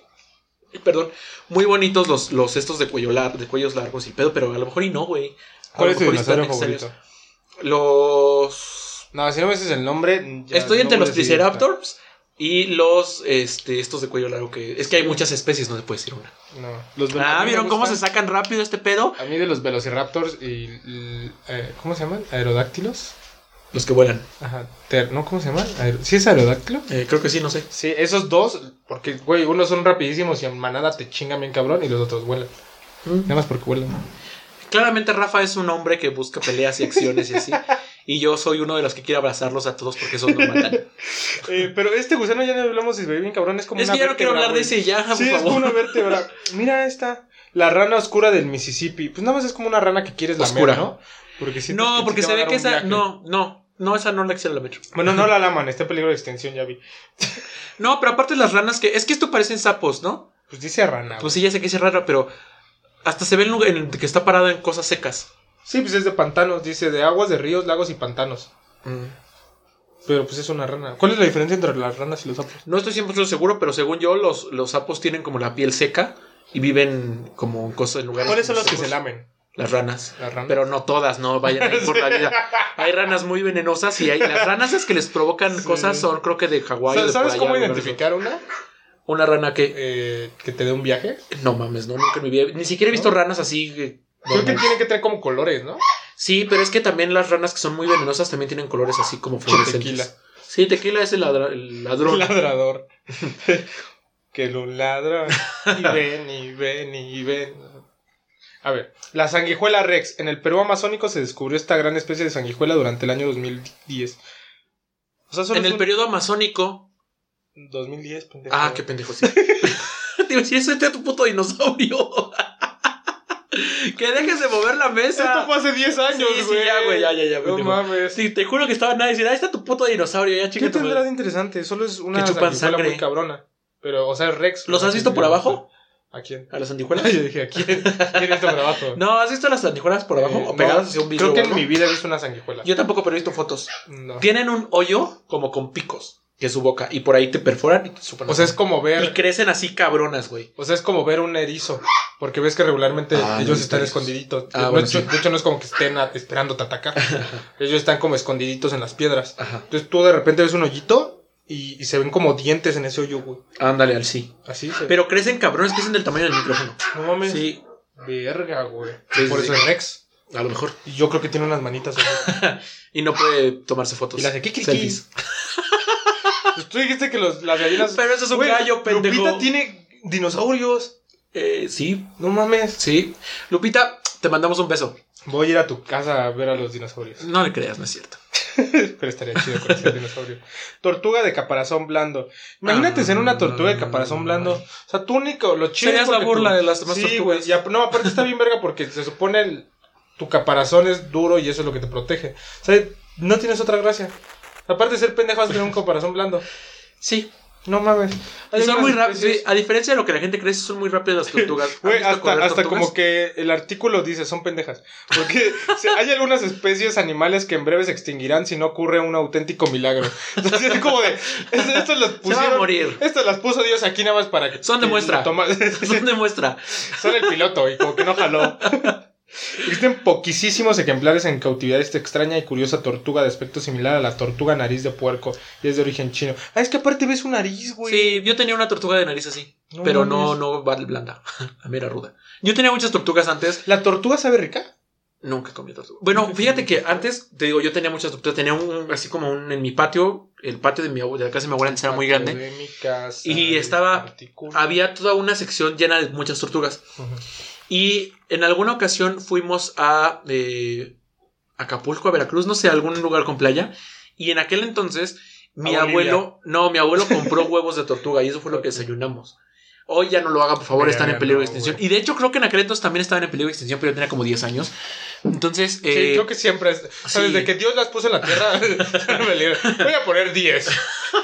A: Perdón, muy bonitos los, los estos de cuello lar- de cuellos largos y pedo, pero a lo mejor y no, güey. A
B: ¿Cuál
A: lo
B: es tu
A: mejor y están
B: dinosaurio
A: necesarios.
B: favorito?
A: Los
B: No, si no me dices el nombre. ya
A: Estoy
B: no
A: entre
B: voy
A: los
B: a decir esta.
A: Triceratops y los este, estos de cuello largo que. Es que hay muchas especies, no se puede decir una.
B: No. Los
A: Ah,
B: me
A: ¿vieron cómo se
B: gustan.
A: sacan rápido este pedo?
B: A mí de los velociraptors y. l- eh, ¿Cómo se llaman? Aerodáctilos.
A: Los que vuelan.
B: Ajá. ter- no, ¿cómo se llaman? Aer- ¿Sí es aerodáctilo?
A: Eh, creo que sí, no sé.
B: Sí, esos dos, porque, güey, unos son rapidísimos y en manada te chingan bien cabrón y los otros vuelan. Nada más porque vuelan.
A: Claramente Rafa es un hombre que busca peleas y acciones y así. Y yo soy uno de los que quiere abrazarlos a todos porque esos no matan.
B: Eh, pero este gusano ya no hablamos y se ve bien cabrón. Es *laughs* como
A: es
B: una
A: que ya no quiero
B: vértebra,
A: hablar de
B: güey.
A: ese ya, por
B: Sí, es como
A: favor.
B: una vértebra. Mira esta. La rana oscura del Mississippi. Pues nada más es como una rana que quieres lamer,
A: Oscura.
B: ¿no? Porque sientes
A: No,
B: sí
A: porque
B: te va
A: se
B: a
A: ve
B: dar
A: que
B: un
A: esa.
B: viaje.
A: No, no. No, esa no la quisiera la metro.
B: Bueno, no la laman, está en peligro de extinción, ya vi.
A: No, pero aparte las ranas que. Es que esto parecen sapos, ¿no?
B: Pues dice rana.
A: Pues
B: Pues,
A: sí, ya sé que es rara, pero. Hasta se ve en lugar- en el que está parado en cosas secas.
B: sí, pues es de pantanos. Dice de aguas, de ríos, lagos y pantanos. Mm. Pero pues es una rana. ¿Cuál es la diferencia entre las ranas y los sapos?
A: No estoy 100% seguro, pero según yo, los, los sapos tienen como la piel seca y viven como en cosas en lugares.
B: ¿Cuáles son
A: como
B: las que se
A: secos.
B: lamen?
A: Las ranas.
B: Las ranas.
A: Pero no todas, no vayan ahí por la
B: *laughs*
A: vida. Hay ranas muy venenosas y hay las ranas esas que les provocan
B: Sí.
A: cosas son, creo que de Hawái. o de por
B: ¿Sabes sabes
A: allá,
B: cómo
A: lugares-
B: identificar una?
A: Una rana que.
B: Eh, que te dé un viaje.
A: No mames, no, nunca en mi vida. Ni siquiera he visto
B: ¿No?
A: ranas así. eh,
B: Creo que
A: normales.
B: tiene que tener como colores, ¿no?
A: Sí, pero es que también las ranas que son muy venenosas también tienen colores así como fluorescentes.
B: Tequila.
A: Sí, tequila es el, ladra- el ladrón.
B: Ladrador. *laughs* que lo ladra. Y ven, y ven, y ven. A ver, la sanguijuela rex. En el Perú amazónico se descubrió esta gran especie de sanguijuela durante el año 2010. O sea, solo
A: en
B: es
A: el
B: un-
A: periodo amazónico.
B: 2010, pendejo.
A: Ah, qué pendejo, sí. *laughs* Te iba a decir, ese era tu puto dinosaurio. *laughs* que dejes de mover la
B: Esto
A: mesa.
B: fue hace 10 años,
A: Ah. Sí, sí,
B: güey.
A: ya, güey, ya, ya, ya,
B: No
A: pendejo.
B: mames.
A: Sí, te juro que estaba nada diciendo, ahí está tu puto dinosaurio, ya
B: ¿Qué
A: chica tu madre".
B: tendrá de interesante? Solo es una
A: Que chupan
B: sanguijuela
A: sangre.
B: muy cabrona. Pero, o sea, es rex.
A: ¿Los
B: O sea,
A: has visto por abajo?
B: ¿A quién? *laughs*
A: ¿A las antijuelas?
B: Yo dije, ¿a quién? ¿Quién visto por abajo?
A: *laughs* No, ¿has visto las antijuelas por abajo?
B: Eh,
A: o pegadas
B: no,
A: hacia un vidrio.
B: Creo que
A: o
B: en
A: algo?
B: mi vida he visto una sanguijuela.
A: Yo tampoco, pero he visto fotos.
B: No.
A: Tienen un hoyo como con picos, que es su boca, y por ahí te perforan y te supan.
B: O sea, es como
A: pues Y
B: ver.
A: crecen así cabronas, güey.
B: O sea, es como ver un erizo. Porque ves que regularmente
A: Ah,
B: ellos
A: los
B: están
A: erizos.
B: escondiditos.
A: Ah,
B: No,
A: bueno,
B: de hecho-
A: sí.
B: De hecho, no es como que estén a- esperando
A: *laughs*
B: te atacar. ellos están como escondiditos en las piedras.
A: Ajá.
B: Entonces tú de repente ves un hoyito y, y se ven como dientes en ese hoyo, güey.
A: Ándale, al sí.
B: Así se
A: Pero crecen cabrones, crecen del tamaño del micrófono.
B: No mames.
A: Sí,
B: Verga, güey.
A: Sí,
B: Por
A: sí,
B: eso
A: sí.
B: es Rex.
A: a lo mejor.
B: Y yo creo que tiene unas manitas.
A: *laughs*
B: así.
A: Y no puede tomarse fotos.
B: Y las de kikiriki.
A: Selfies.
B: Pues tú dijiste que los, las gallinas.
A: Pero eso es un
B: Güey,
A: gallo, pendejo.
B: Lupita tiene dinosaurios.
A: Eh, sí,
B: No mames.
A: sí. Lupita, te mandamos un beso.
B: Voy a ir a tu casa a ver a los dinosaurios.
A: No le creas, no es cierto.
B: Pero estaría chido
A: *laughs*
B: conocer dinosaurio. Tortuga de caparazón blando. Imagínate
A: Ah,
B: ser una tortuga de caparazón
A: ay.
B: blando. O sea, tú único, lo chido. es
A: Serías la
B: porque
A: burla
B: tu-
A: de las demás
B: Sí,
A: tortugas.
B: güey. y ap- No, aparte está bien verga porque se supone el- tu caparazón es duro y eso es lo que te protege. O sea, no tienes otra gracia. Aparte de ser pendejo, vas a tener un caparazón blando.
A: Sí.
B: No mames.
A: Y son
B: Hay
A: muy
B: unas
A: rápidos.
B: especies-
A: a diferencia de lo que la gente cree, son muy rápidas las
B: *laughs*
A: tortugas. ¿Han
B: pues, Güey,
A: visto correr
B: hasta, hasta
A: tortugas?
B: como que el artículo dice, son pendejas. Porque *laughs* se- hay algunas especies animales que en breve se extinguirán si no ocurre un auténtico milagro. *laughs* Entonces es como de, es- estas las
A: Se van a
B: pusieron, *laughs*
A: morir.
B: estas las puso Dios aquí nada más para que...
A: Son de
B: que
A: muestra.
B: lo toma- *laughs*
A: Son de muestra.
B: Solo el piloto y como que no jaló. *laughs* Existen poquísimos ejemplares en cautividad de esta extraña y curiosa tortuga de aspecto similar a la tortuga nariz de puerco y es de origen chino. Ah, es que aparte ves su nariz, güey.
A: Sí, yo tenía una tortuga de nariz así.
B: No
A: pero no,
B: mames.
A: no va blanda. *laughs* A mí era ruda. Yo tenía muchas tortugas antes.
B: ¿La tortuga sabe rica?
A: Nunca comí tortuga.
B: *laughs*
A: Bueno, fíjate que antes, te digo, yo tenía muchas tortugas. Tenía un, así como un, en mi patio, el patio de mi abuela, de la casa de mi abuela antes era muy grande.
B: De mi casa,
A: Y
B: de
A: estaba- ah,
B: particular.
A: Había toda una sección llena de muchas tortugas.
B: Ujú.
A: Y en alguna ocasión fuimos a eh, Acapulco, a Veracruz, no sé, a algún lugar con playa. Y en aquel entonces, mi
B: A Bolivia.
A: abuelo, no, mi abuelo compró *laughs* huevos de tortuga y eso fue lo que desayunamos. Hoy ya no lo haga, por favor,
B: Ya,
A: están en
B: ya
A: peligro de
B: no,
A: extinción.
B: güey.
A: Y de hecho, creo que en aquel entonces también estaban en peligro de extinción, pero yo tenía como 10 años. Entonces,
B: Sí,
A: eh,
B: creo que siempre es. o sea,
A: sí.
B: Desde que Dios las puso en la tierra, *laughs* me libre. voy a poner 10.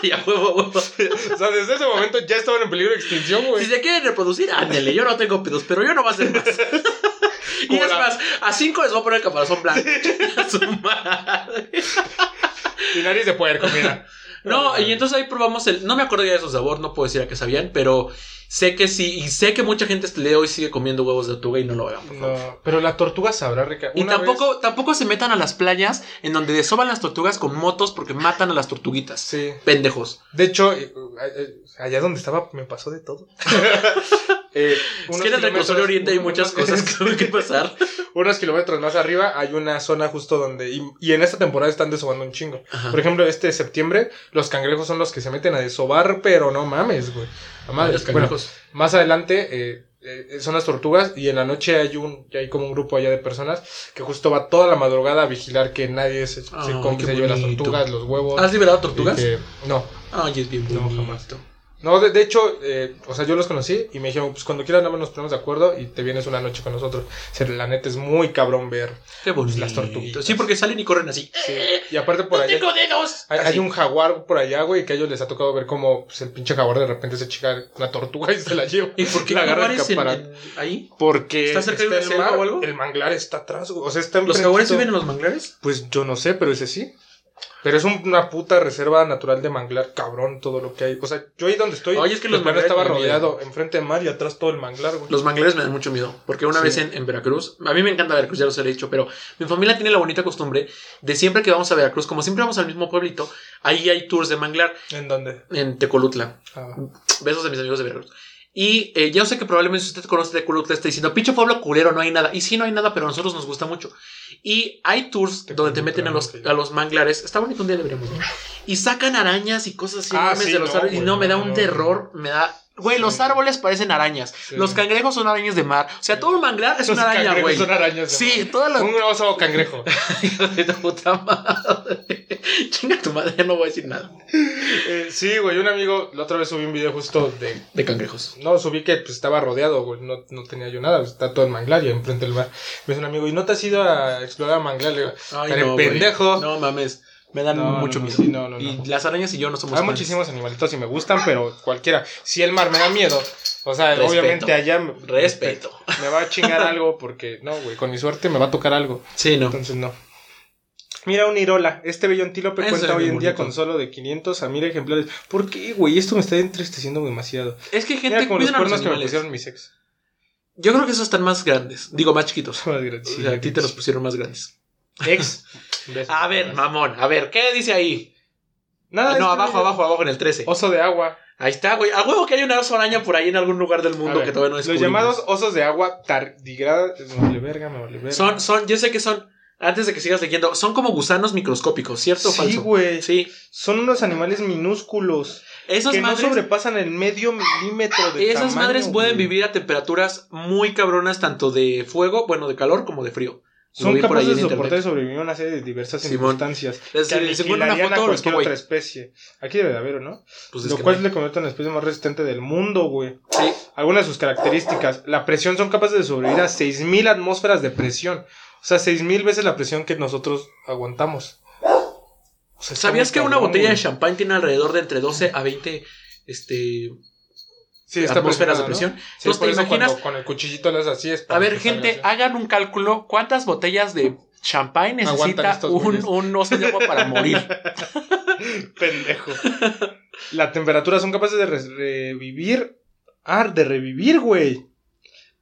A: ya, huevo, huevo.
B: *laughs* O sea, desde ese momento ya estaban en peligro de extinción, güey.
A: Si se quieren reproducir, ándele, yo no tengo pedos, pero yo no voy a
B: *laughs*
A: hacer más. y
B: Como
A: es
B: la-
A: más, a 5 les voy a poner el caparazón blanco. A su madre.
B: Y nariz de puerco, mira.
A: *laughs* No, y entonces ahí probamos el. No me acuerdo ya de su sabor, no puedo decir a qué sabían, pero sé que sí, y sé que mucha gente hasta el día de hoy sigue comiendo huevos de tortuga y no lo hagan, por favor.
B: No, pero la tortuga sabrá rica.
A: Y
B: Una
A: tampoco,
B: vez-
A: tampoco se metan a las playas en donde desoban las tortugas con motos porque matan a las tortuguitas.
B: Sí.
A: Pendejos.
B: De hecho, eh, eh, allá donde estaba me pasó de todo. *laughs* Eh,
A: Es
B: unos
A: que en el reclusorio
B: kilómetros-
A: oriente hay muchas cosas que *laughs* tienen que pasar.
B: *laughs* Unos kilómetros más arriba hay una zona justo donde. Y, y en esta temporada están desobando un chingo. Por ejemplo, este septiembre, los cangrejos son los que se meten a desobar, pero no mames, güey. La madre.
A: Los
B: Bueno,
A: cangrejos.
B: más adelante eh, eh, son las tortugas y en la noche hay un hay como un grupo allá de personas que justo va toda la madrugada a vigilar que nadie se, se
A: Ay,
B: come,
A: qué
B: se lleve las
A: bonito.
B: tortugas, los huevos.
A: ¿Has liberado
B: y
A: tortugas?
B: que- no,
A: Ay, es bien
B: No,
A: bonito.
B: jamás. no, de, de hecho, eh, o sea, yo los conocí y me dijeron, pues cuando quieras nada más nos ponemos de acuerdo y te vienes una noche con nosotros. O sea, la neta es muy cabrón ver.
A: Qué bonito.
B: Las tortuguitas.
A: Sí, porque salen y corren así.
B: Sí. Y aparte por
A: ¡No
B: allá...
A: tengo dedos!
B: Hay,
A: Así.
B: hay un jaguar por allá, güey, que a ellos les ha tocado ver como pues, el pinche jaguar de repente se chica una tortuga y se la lleva.
A: ¿Y por qué
B: la agarra el
A: jaguares en-
B: caparazón.
A: en- ahí?
B: Porque
A: ¿Está cerca de una
B: el
A: selva
B: mar,
A: o algo?
B: El manglar está atrás, güey. O sea, está
A: ¿Los
B: enfrentito.
A: jaguares viven en los manglares?
B: Pues yo no sé, pero ese sí. Pero es un- una puta reserva natural de manglar, cabrón, todo lo que hay. O sea, yo ahí donde estoy,
A: Oye, es que
B: el
A: los
B: mar estaba
A: manglares me dan
B: rodeado enfrente del mar y atrás todo el manglar, güey.
A: Los manglares me dan mucho miedo, porque una
B: Sí.
A: vez en, en Veracruz, a mí me encanta Veracruz, ya los he dicho, pero mi familia tiene la bonita costumbre de siempre que vamos a Veracruz, como siempre vamos al mismo pueblito, ahí hay tours de manglar
B: ¿En dónde?
A: en Tecolutla.
B: Ah.
A: Besos de mis amigos de Veracruz. Y eh, ya sé que probablemente si usted conoce Tecolutla está diciendo, pinche pueblo culero, no hay nada. Y sí, no hay nada, pero a nosotros nos gusta mucho. Y hay tours donde te
B: Tecolutla,
A: meten a los,
B: ok.
A: a los manglares, está bonito un día deberíamos, ¿no? Y sacan arañas y cosas así
B: Ah,
A: enormes
B: sí,
A: de los
B: no,
A: árboles, y
B: güey,
A: no, me da
B: no,
A: un
B: no.
A: terror, me da... Güey, los
B: Sí.
A: árboles parecen arañas.
B: Sí.
A: Los cangrejos son arañas de mar. O sea, todo el manglar es
B: Los
A: una araña,
B: cangrejos
A: güey.
B: Son arañas. de
A: Sí,
B: mar.
A: todas *laughs* las.
B: Un oso cangrejo.
A: Hijo de tu puta madre. *laughs* Chinga tu madre, no voy a decir nada.
B: *laughs* Eh, sí, güey, un amigo, la otra vez subí un video justo de
A: De cangrejos.
B: No, subí que pues, estaba rodeado, güey. No, no tenía yo nada. Está todo el manglar y enfrente del bar. Me dice un amigo, ¿y no te has ido a explorar el manglar? Le digo,
A: Ay,
B: Pero
A: güey.
B: pendejo.
A: No mames. Me dan
B: No, no,
A: mucho
B: no,
A: miedo.
B: sí, no, no,
A: Y
B: no.
A: las arañas y yo no somos.
B: hay
A: fans.
B: muchísimos animalitos y me gustan, pero cualquiera. Si el mar me da miedo, o sea,
A: Respeto.
B: obviamente allá. me- *laughs*
A: Respeto.
B: Me va a chingar algo porque, no, güey, con mi suerte me va a tocar algo.
A: Sí, no.
B: Entonces, no. Mira un Irola. Este bello antílope
A: Eso es
B: cuenta hoy
A: bien
B: en día
A: bonito.
B: con solo de 500 a 1000 ejemplares. ¿Por qué, güey? Esto me está entristeciendo demasiado.
A: Es que hay gente
B: Mira
A: que
B: como los
A: cuidan a los
B: cuernos que me
A: animales.
B: pusieron mis ex.
A: Yo creo que esos están más grandes. Digo, más chiquitos. o sea, a ti te los
B: Gracias.
A: pusieron más grandes.
B: *laughs* Ex.
A: A
B: Ah,
A: ver, mamón. A ver, ¿qué dice ahí?
B: Nada,
A: no,
B: este
A: abajo,
B: bello-
A: abajo, abajo en el 13.
B: Oso de agua.
A: Ahí está, güey. A huevo que hay una oso araña por ahí en algún lugar del
B: A
A: mundo
B: ver,
A: que todavía no
B: Los
A: descubrimos.
B: llamados osos de agua tardigradas. Me vale verga, me vale verga.
A: Son, son, yo sé que son, antes de que sigas leyendo, son como gusanos microscópicos, ¿cierto o
B: Sí,
A: falso?
B: güey.
A: Sí.
B: Son unos animales minúsculos
A: Esos
B: que
A: madres,
B: no sobrepasan el medio milímetro de
A: esas
B: tamaño,
A: madres pueden
B: güey.
A: vivir a temperaturas muy cabronas, tanto de fuego, bueno, de calor, como de frío. Lo
B: Son
A: vi por ahí
B: capaces de
A: en internet.
B: soportar y sobrevivir a una serie de diversas
A: Simón.
B: circunstancias.
A: Les-
B: Que
A: les encuentro una
B: aniquilarían
A: foto,
B: a
A: los
B: cualquier
A: pongo ahí.
B: otra especie. Aquí debe de haber, ¿o no?
A: Pues es
B: Lo
A: que
B: cual
A: no.
B: le convierte en la especie más resistente del mundo, güey.
A: Sí.
B: Algunas de sus características. La presión son capaces de sobrevivir a 6.000 atmósferas de presión. O sea, 6.000 veces la presión que nosotros aguantamos. O sea, está
A: ¿Sabías
B: muy
A: que una
B: cabrón,
A: botella de
B: güey.
A: champán tiene alrededor de entre 12 a 20 este,
B: Sí,
A: atmósferas de
B: presionada,
A: presión.
B: ¿no? Sí,
A: Entonces,
B: por
A: ¿te
B: eso
A: imaginas?
B: cuando con el cuchillito le haces así es para
A: A ver,
B: que salga
A: gente,
B: así.
A: hagan un cálculo. ¿Cuántas botellas de champagne
B: Aguantan
A: necesita
B: estos
A: un,
B: güeyes?
A: un oso de agua para morir?
B: *laughs* pendejo. La temperatura son capaces de res- revivir. Ah, de revivir, güey.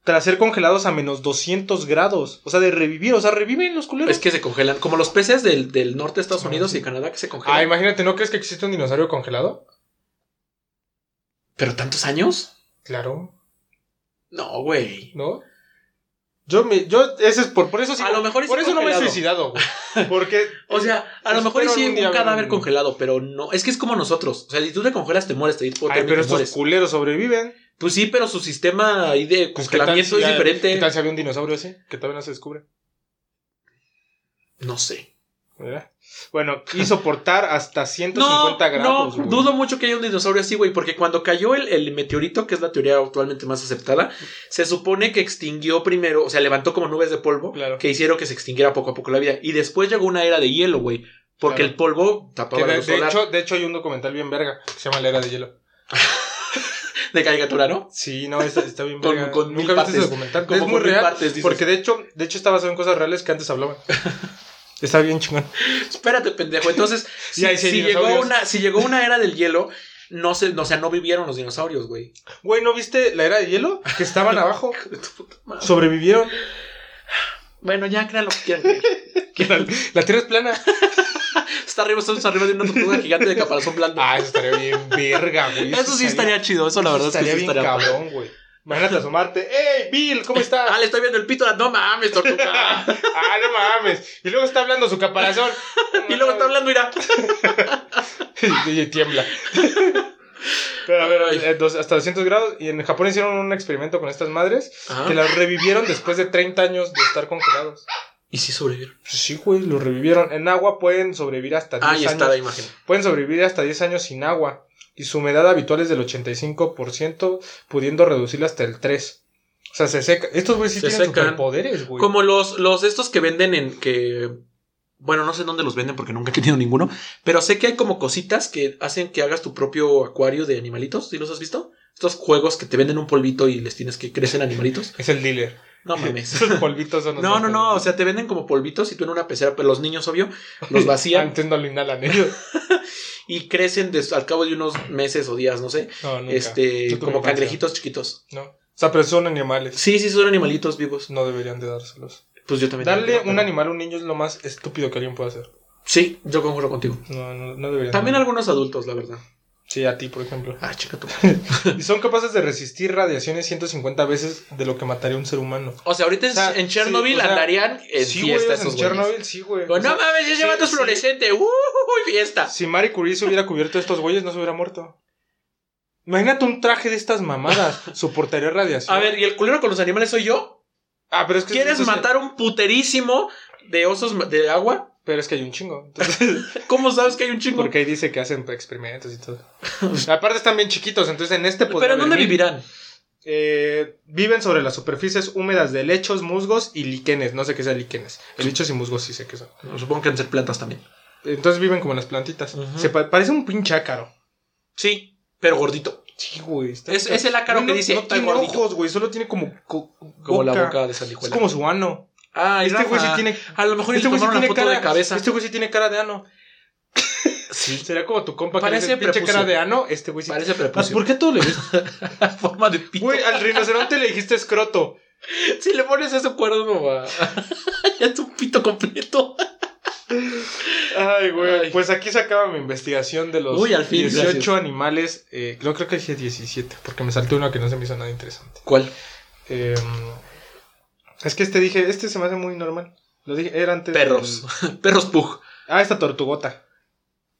B: Tras ser congelados a menos 200 grados. O sea, de revivir. O sea, reviven los culeros.
A: es que se congelan, como los peces del, del norte de Estados
B: Sí,
A: Unidos
B: sí.
A: y Canadá que se congelan.
B: Ah, imagínate, ¿no crees que existe un dinosaurio congelado?
A: ¿Pero tantos años?
B: Claro,
A: No, güey.
B: ¿no? Yo me. Yo, ese es por, por eso sí.
A: A lo mejor y
B: por
A: sí
B: eso no me he
A: congelado.
B: suicidado,
A: *laughs*
B: güey. Porque.
A: O sea, a lo
B: Espero
A: mejor y sí
B: Pues, algún día
A: un
B: ver
A: cadáver
B: un-
A: congelado, pero no. Es que es como nosotros. O sea, si tú te congelas, te mueres, te hipotermia
B: Ay, pero
A: y te
B: estos
A: mueres.
B: culeros sobreviven.
A: Pues sí, pero su sistema ahí de
B: Pues, ¿qué tal
A: congelamiento
B: si
A: es
B: ya-
A: diferente.
B: ¿Qué tal si había un dinosaurio así? Que todavía no se descubre.
A: No sé.
B: ¿Verdad? Bueno, y *laughs* soportar hasta 150 grados.
A: no,
B: güey.
A: dudo mucho que haya un dinosaurio así, güey, porque cuando cayó el, el meteorito, que es la teoría actualmente más aceptada, se supone que extinguió primero, o sea, levantó como nubes de polvo
B: Claro.
A: que hicieron que se extinguiera poco a poco la vida. Y después llegó una era de hielo, güey, porque
B: Claro.
A: el polvo
B: Que
A: tapaba la
B: de,
A: luz
B: de
A: solar
B: hecho, de hecho hay un documental bien verga que se llama La Era de Hielo.
A: de caricatura, ¿no?
B: Sí, no, está, está *laughs* bien
A: Con-
B: verga.
A: con mil
B: Nunca viste
A: partes.
B: ese documental.
A: Como
B: es
A: con
B: muy
A: mil
B: real.
A: partes, dices.
B: porque de hecho, de hecho está basado en cosas reales que antes *laughs* hablaban. está bien chingón.
A: Espérate, pendejo. Entonces,
B: *laughs* Y
A: si,
B: ahí sí hay
A: si llegó
B: dinosaurios.
A: una, si llegó una era del hielo, no se, no, o sea, no vivieron los dinosaurios, güey.
B: Güey, ¿no viste la era de hielo? Que estaban
A: *laughs*
B: abajo.
A: Hijo de tu puta madre.
B: Sobrevivieron.
A: Bueno, ya crean lo que quieran. creer.
B: La tierra es plana.
A: *laughs* Está arriba, estamos arriba de una tortuga gigante de caparazón blando.
B: Ah, eso estaría bien verga, güey.
A: eso sí estaría chido, eso la
B: eso
A: verdad es que sí
B: estaría bien
A: estaría padre.
B: cabrón, güey. Imagínate asomarte. ¡Ey, Bill! ¿Cómo estás?
A: *laughs* Ah, le estoy viendo el pito. No mames, tortuga.
B: *laughs* ah, no mames. Y luego está hablando su caparazón.
A: *laughs* y luego está hablando, mira.
B: *laughs*
A: *laughs*
B: y tiembla. Pero a ver,
A: Ay.
B: eh, dos- hasta 200 grados. Y en Japón hicieron un experimento con estas madres
A: Ajá.
B: que las revivieron después de 30 años de estar congelados.
A: Y sí sobrevivieron.
B: Pues sí, güey, los revivieron. En agua pueden sobrevivir hasta 10
A: Ahí
B: años.
A: está la imagen.
B: Pueden sobrevivir hasta 10 años sin agua. Y su humedad habitual es del 85%, pudiendo reducirla hasta el 3%. O sea, se seca. Estos güeyes sí
A: Se
B: tienen
A: secan.
B: superpoderes, güey.
A: Como los, los estos que venden en que. Bueno, no sé dónde los venden porque nunca he tenido ninguno. Pero sé que hay como cositas que hacen que hagas tu propio acuario de animalitos. ¿Sí los has visto? Estos juegos que te venden un polvito y les tienes que crecen animalitos.
B: Es el dealer.
A: No
B: *laughs*
A: mames. *laughs*
B: Esos polvitos son los
A: No,
B: más
A: no, no. O
B: peligrosos.
A: sea, te venden como polvitos y tú en una pecera, pero los niños, obvio,
B: *laughs*
A: los vacían
B: Antes no Ah, lo
A: *laughs*
B: inhalan ellos.
A: y crecen des- al cabo de unos meses o días, no sé.
B: No, nunca. Yo
A: Este,
B: tuve
A: como
B: infancia.
A: cangrejitos chiquitos.
B: No. O sea, pero son animales.
A: Sí, sí, son animalitos vivos.
B: No deberían de dárselos.
A: Pues yo también.
B: Darle
A: creo,
B: un
A: pero-
B: animal a un niño es lo más estúpido que alguien puede hacer.
A: Sí, yo concuerdo contigo.
B: No, no, no deberían.
A: También
B: de-
A: algunos adultos, la verdad.
B: Sí, a ti, por ejemplo.
A: *laughs* Ah, chica tú.
B: Y son capaces de resistir radiaciones 150 veces de lo que mataría un ser humano.
A: O sea, ahorita en-
B: O sea,
A: en Chernobyl
B: sí, o sea,
A: andarían en
B: sí,
A: fiesta
B: güey, ellos
A: esos
B: en
A: güeyes.
B: Chernobyl, sí, güey.
A: Digo,
B: O sea,
A: no mames, ya
B: sí,
A: llevan tus
B: sí.
A: fluorescente. ¡Uh, fiesta!
B: Si Marie Curie se hubiera cubierto a estos güeyes, no se hubiera muerto. Imagínate un traje de estas mamadas. Soportaría radiación.
A: A ver, ¿y el culero con los animales soy yo?
B: Ah, pero es que.
A: ¿Quieres
B: entonces-
A: matar un puterísimo de osos ma- de agua?
B: Pero es que hay un chingo. Entonces,
A: ¿Cómo sabes que hay un *laughs* chingo?
B: porque ahí dice que hacen experimentos y todo. Aparte están bien chiquitos, entonces en este
A: ¿Pero
B: podría
A: en
B: haber
A: dónde
B: mil.
A: vivirán?
B: Eh, viven sobre las superficies húmedas de lechos, musgos y liquenes. No sé qué sean liquenes. Lechos y musgos sí sé qué son.
A: Supongo que han ser plantas también.
B: Entonces viven como las plantitas.
A: Ujú.
B: Se pa- parece un pinche ácaro.
A: Sí, pero gordito.
B: Sí, güey. está-
A: Es- es el ácaro
B: Güey,
A: que
B: no-
A: dice,
B: No
A: "Está
B: tiene
A: gordito".
B: ojos, güey. Solo tiene como. co-
A: Como la boca de
B: Es
A: sandijuela.
B: como su ano.
A: Ah,
B: Este güey sí tiene.
A: A lo mejor
B: este
A: este
B: güey sí
A: tomaron una
B: tiene
A: foto
B: cara
A: de cabeza.
B: Este güey sí tiene cara de ano.
A: Sí,
B: Será como tu compa
A: Parece
B: que le dice, pinche
A: prepucio.
B: cara de ano. Este güey sí.
A: parece
B: Ah,
A: prepucio.
B: ¿Por qué a todo le ves?
A: la *laughs* forma de pito.
B: Güey, al rinoceronte le dijiste escroto.
A: Si le pones ese cuerno, mamá. *laughs* ya es un pito completo.
B: Ay,
A: Ay.
B: güey. Pues aquí se acaba mi investigación de los
A: Uy, al fin,
B: 18
A: gracias.
B: animales. Eh, no, creo que dije 17, porque me salté uno que no se me hizo nada interesante.
A: ¿Cuál?
B: Eh, es que este dije, este se me hace muy normal. Lo dije, era antes.
A: Perros. *laughs* Perros pug.
B: del- ah, esta tortugota.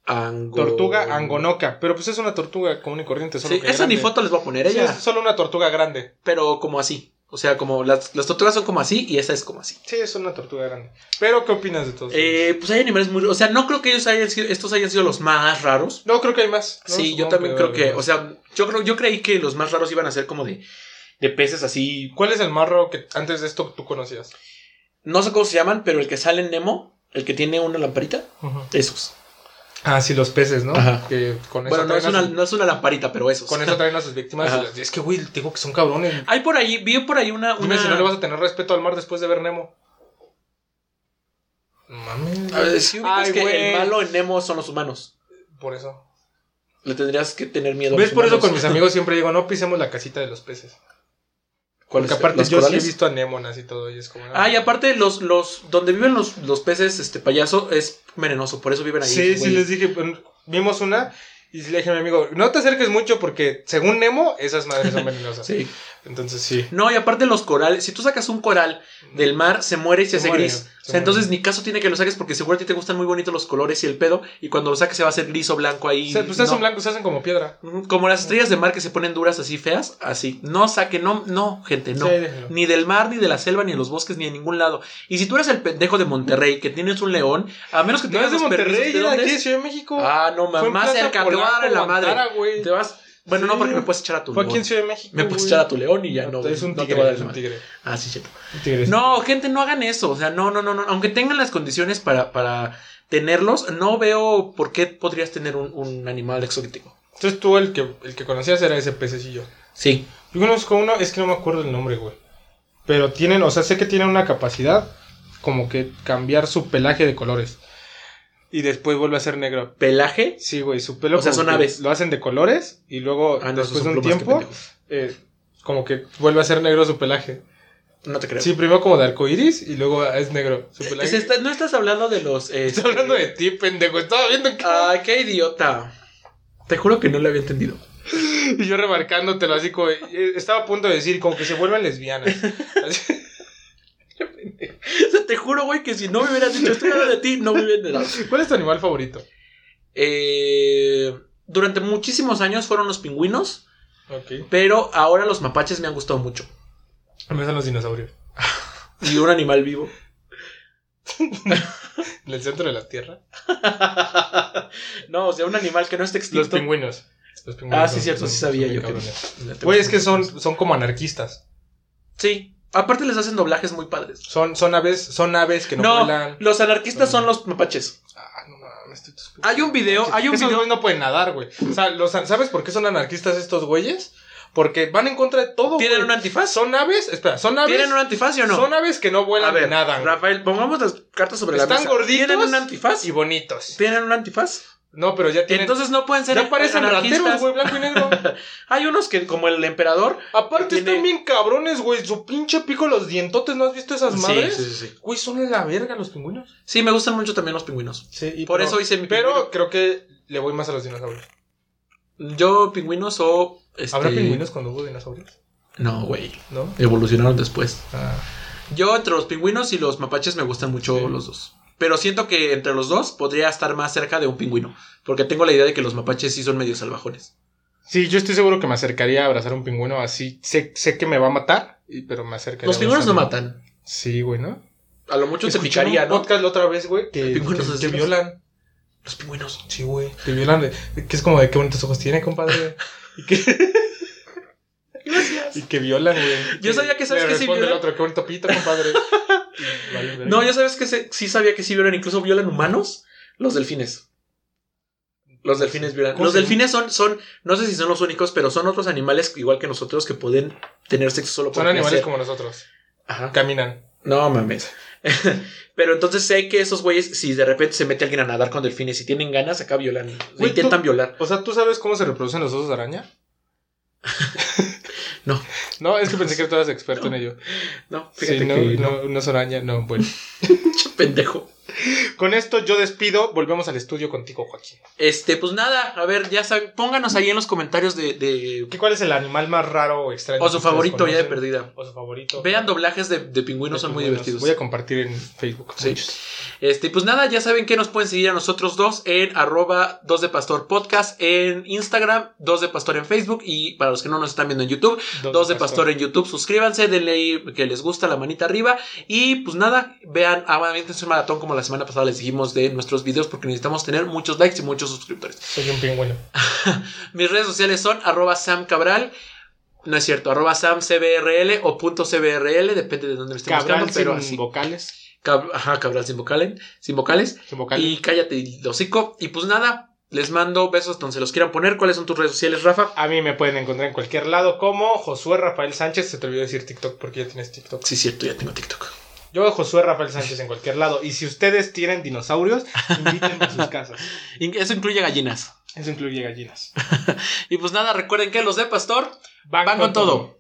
A: Ango-
B: Tortuga angonoca. Pero pues es una tortuga común y corriente. Solo
A: Sí,
B: que
A: esa ni
B: grande.
A: foto les voy a poner
B: Sí,
A: ella.
B: es solo una tortuga grande.
A: Pero como así. O sea, como las, las tortugas son como así y esa es como así.
B: Sí, es una tortuga grande. Pero, ¿qué opinas de todo
A: Eh, pues hay animales muy. O sea, no creo que ellos hayan sido. Estos hayan sido los más raros.
B: no, creo que hay más. ¿no?
A: Sí, yo
B: Supongo
A: también creo
B: debe haber
A: que. O
B: más.
A: sea, yo creo, yo creí que los más raros iban a ser como de. De peces así.
B: ¿Cuál es el más raro que antes de esto tú conocías?
A: No sé cómo se llaman, pero el que sale en Nemo, el que tiene una lamparita, esos.
B: Ah, sí, los peces, ¿no?
A: Ajá.
B: Que con eso
A: Bueno, no es,
B: traen a
A: una,
B: sus-
A: no es una lamparita, pero eso.
B: con eso traen a sus víctimas.
A: Ajá.
B: y les- Es que, güey, te digo que son cabrones.
A: *laughs* Hay por ahí, vi por ahí una.
B: Dime
A: una-
B: si no le vas a tener respeto al mar después de ver Nemo. Mami.
A: A ver, si ubicas
B: Ay,
A: que
B: güey.
A: el malo en Nemo son los humanos.
B: Por eso.
A: Le tendrías que tener miedo. a
B: ¿Ves?
A: los
B: Por eso
A: humanos.
B: con mis amigos siempre digo, no pisemos la casita de los peces.
A: ¿Cuál
B: Porque
A: es?
B: aparte
A: ¿Los
B: yo
A: corales?
B: sí he visto anémonas y todo, y es como... no.
A: Ah, y aparte, los, los, donde viven los, los peces, este payaso, es venenoso, por eso viven ahí.
B: Sí,
A: güey.
B: sí, les dije, pues, vimos una y sí le dije a mi amigo, no te acerques mucho porque según Nemo, esas madres son venenosas.
A: *laughs* Sí.
B: Entonces sí.
A: No, y aparte los corales, si tú sacas un coral del mar, se muere y se,
B: Se
A: hace
B: muere,
A: gris.
B: se
A: o sea,
B: muere.
A: entonces ni caso tiene que lo saques porque seguro a ti te gustan muy bonitos los colores y el pedo, y cuando lo saques se va a hacer gris o blanco ahí.
B: O sea, pues se
A: no.
B: hacen blancos, se hacen como piedra.
A: Ujú, Como las estrellas de mar que se ponen duras así feas, así. No saque, no, no, gente, no.
B: Sí, déjenlo.
A: Ni del mar, ni de la selva, ni en los bosques, ni en ningún lado. Y si tú eres el pendejo de Monterrey que tienes un león, a menos que
B: No
A: tengas
B: es de
A: los
B: Monterrey,
A: permisos, ¿de
B: era
A: dónde
B: aquí de
A: es?
B: Ciudad de México.
A: Ah, no,
B: Fue
A: ma-
B: en
A: más
B: Plaza
A: cerca, te voy a dar en la
B: Polanco,
A: madre.
B: Guantánamo, güey.
A: Te vas. Bueno,
B: Sí.
A: no, porque me puedes echar a tu
B: Fue aquí
A: león.
B: en Ciudad de México,
A: Me puedes
B: güey.
A: echar a tu león y ya no.
B: Es un
A: no te
B: tigre,
A: voy a dar
B: es
A: la
B: un
A: madre.
B: tigre.
A: Ah, sí, cierto.
B: Un tigre, sí.
A: No, gente, no hagan eso. O sea, no, no, no, no. Aunque tengan las condiciones para, para tenerlos, no veo por qué podrías tener un, un animal exótico.
B: Entonces tú el que, el que conocías era ese pececillo.
A: Sí.
B: Yo conozco uno, es que no me acuerdo el nombre, güey. Pero tienen, o sea, sé que tienen una capacidad como que cambiar su pelaje de colores. Y después vuelve a ser negro.
A: Pelaje.
B: Sí, güey, su pelo.
A: O sea,
B: como
A: son
B: que
A: aves.
B: Lo hacen de colores y luego,
A: Ah, no, esos
B: después de
A: son
B: un
A: plumas, qué
B: tiempo,
A: pendejo.
B: eh, como que vuelve a ser negro su pelaje.
A: No te creo.
B: Sí, primero como de arco iris y luego es negro su pelaje.
A: Se está- no estás hablando de los. eh,
B: *laughs* Estoy hablando de ti, pendejo. Estaba viendo que.
A: Ay, qué idiota. Te juro que no lo había *laughs* entendido.
B: *laughs* Y yo remarcándotelo así como. eh, Estaba a punto de decir, como que se vuelven lesbianas.
A: *laughs*
B: Así.
A: O sea, te juro, güey, que si no me hubieras dicho estoy hablando de ti, no me hubieran dado.
B: ¿Cuál es tu animal favorito?
A: Eh, durante muchísimos años fueron los pingüinos,
B: Ok.
A: pero ahora los mapaches me han gustado mucho.
B: Me gustan los dinosaurios.
A: Y un animal vivo.
B: En el centro de la Tierra.
A: *laughs* no, o sea, un animal que no esté extinto.
B: Los pingüinos. Los pingüinos
A: Ah, sí,
B: son-
A: cierto, sí
B: son- son
A: sabía yo.
B: bien
A: Que...
B: cabrones. Güey, es que son, son como anarquistas.
A: Sí. Aparte les hacen doblajes muy padres.
B: Son, son aves, son aves que no,
A: No,
B: vuelan.
A: los anarquistas son los mapaches.
B: Ah, no mames, estoy- estoy-
A: Hay un video, hay un
B: Esos
A: video.
B: güeyes no pueden nadar, güey. O sea, los, ¿sabes por qué son anarquistas estos güeyes? Porque van en contra de todo.
A: ¿Tienen
B: güey.
A: un antifaz?
B: Son aves, espera, son aves.
A: ¿Tienen un antifaz sí o no?
B: Son aves que no
A: A
B: vuelan ni
A: ver,
B: nadan. güey.
A: Rafael, pongamos las cartas sobre la
B: Están
A: mesa.
B: gorditos
A: ¿Tienen un antifaz?
B: Y bonitos.
A: ¿Tienen un antifaz?
B: No, pero ya tienen.
A: Entonces no pueden ser
B: ya parecen
A: anarquistas.
B: rateros, güey, blanco
A: *laughs*
B: y negro.
A: Hay unos que, como el emperador.
B: Aparte
A: Tiene-
B: están bien cabrones, güey. Su pinche pico, los dientotes, ¿no has visto esas madres?
A: Sí, sí, sí, sí.
B: Güey, son la verga los pingüinos.
A: Sí, me gustan mucho también los pingüinos.
B: Sí, y
A: Por
B: pero-
A: eso hice mi
B: Pero creo que le voy más a los dinosaurios.
A: pingüino. Yo, pingüinos o. este,
B: ¿Habrá pingüinos cuando hubo dinosaurios?
A: No, güey.
B: ¿No?
A: Evolucionaron después.
B: Ah,
A: Yo, entre los pingüinos y los mapaches, me gustan mucho
B: Sí.
A: los dos. Pero siento que entre los dos podría estar más cerca de un pingüino. Porque tengo la idea de que los mapaches sí son medio salvajones.
B: Sí, yo estoy seguro que me acercaría a abrazar a un pingüino así. Sé, sé que me va a matar, y- pero me acercaría.
A: Los
B: a
A: pingüinos no
B: abrazarlo.
A: matan.
B: Sí, güey, ¿no?
A: A lo mucho se
B: Escuché
A: picaría,
B: un
A: ¿no?
B: podcast la otra vez, güey, que,
A: Pingüinos
B: que- que
A: asesinos.
B: violan.
A: Los pingüinos.
B: Sí, güey, que violan. de- Que es como de qué bonitos ojos tiene, compadre. Y que, *laughs* y que violan,
A: *laughs*
B: güey.
A: Yo sabía que sabes
B: Le
A: que sí
B: responde el
A: violan.
B: otro, qué bonito
A: *laughs*
B: pito, compadre. Y vale, verga.
A: No, ya sabes que se- sí sabía que sí violan, incluso violan humanos. Los delfines. Los delfines violan.
B: ¿Cómo
A: Los
B: se
A: delfines son, son, no sé si son los únicos, pero son otros animales igual que nosotros que pueden tener sexo solo por
B: Son animales
A: placer.
B: como nosotros.
A: Ajá.
B: Caminan.
A: No mames. *laughs* pero entonces sé que esos güeyes, si de repente se mete alguien a nadar con delfines y tienen ganas, acá violan. Le
B: Güey,
A: intentan
B: tú-
A: violar.
B: O sea, ¿tú sabes cómo se reproducen los osos de araña?
A: *laughs* No.
B: No, es que pensé que tú eras experto en ello.
A: No, fíjate
B: Sí, no,
A: que
B: no, no es araña, no, bueno.
A: pendejo.
B: Con esto yo despido, volvemos al estudio contigo, Joaquín.
A: Este, pues nada, a ver, ya saben, pónganos ahí en los comentarios de, de-
B: ¿Qué- ¿Cuál es el animal más raro o extraño?
A: o
B: que
A: su
B: ustedes
A: favorito ya de
B: conocen?
A: perdida.
B: O su favorito.
A: Vean doblajes de, de pingüinos, son muy
B: Bueno, los
A: divertidos.
B: Voy a compartir en Facebook.
A: Sí.
B: muchos.
A: Este, pues nada, ya saben que nos pueden seguir a nosotros dos en arroba 2 de pastor podcast en Instagram, 2 de pastor en Facebook y para los que no nos están viendo en YouTube, 2 de pastor en YouTube, suscríbanse, denle ahí que les gusta la manita arriba y pues nada, vean, ah, avántense un maratón como la semana pasada les dijimos de nuestros videos porque necesitamos tener muchos likes y muchos suscriptores.
B: Soy un pingüino.
A: Mis redes sociales son arroba Sam Cabral. No es cierto, arroba Sam CBRL o punto CBRL, depende de dónde me estén buscando, pero así.
B: vocales.
A: Cab- Ajá, Cabral sin, vocalen- sin vocales.
B: Sin vocal.
A: Y cállate, el hocico. Y pues nada, les mando besos donde se los quieran poner. ¿Cuáles son tus redes sociales, Rafa?
B: A mí me pueden encontrar en cualquier lado como Josué Rafael Sánchez. Se te olvidó decir TikTok porque ya tienes TikTok.
A: Sí, cierto, ya tengo TikTok.
B: Yo Josué Rafael Sánchez en cualquier lado. Y si ustedes
A: *laughs*
B: tienen dinosaurios, invítenme a sus casas.
A: Y Eso incluye gallinas.
B: Eso incluye gallinas.
A: Y pues nada, recuerden que los de Pastor
B: Van,
A: van con todo.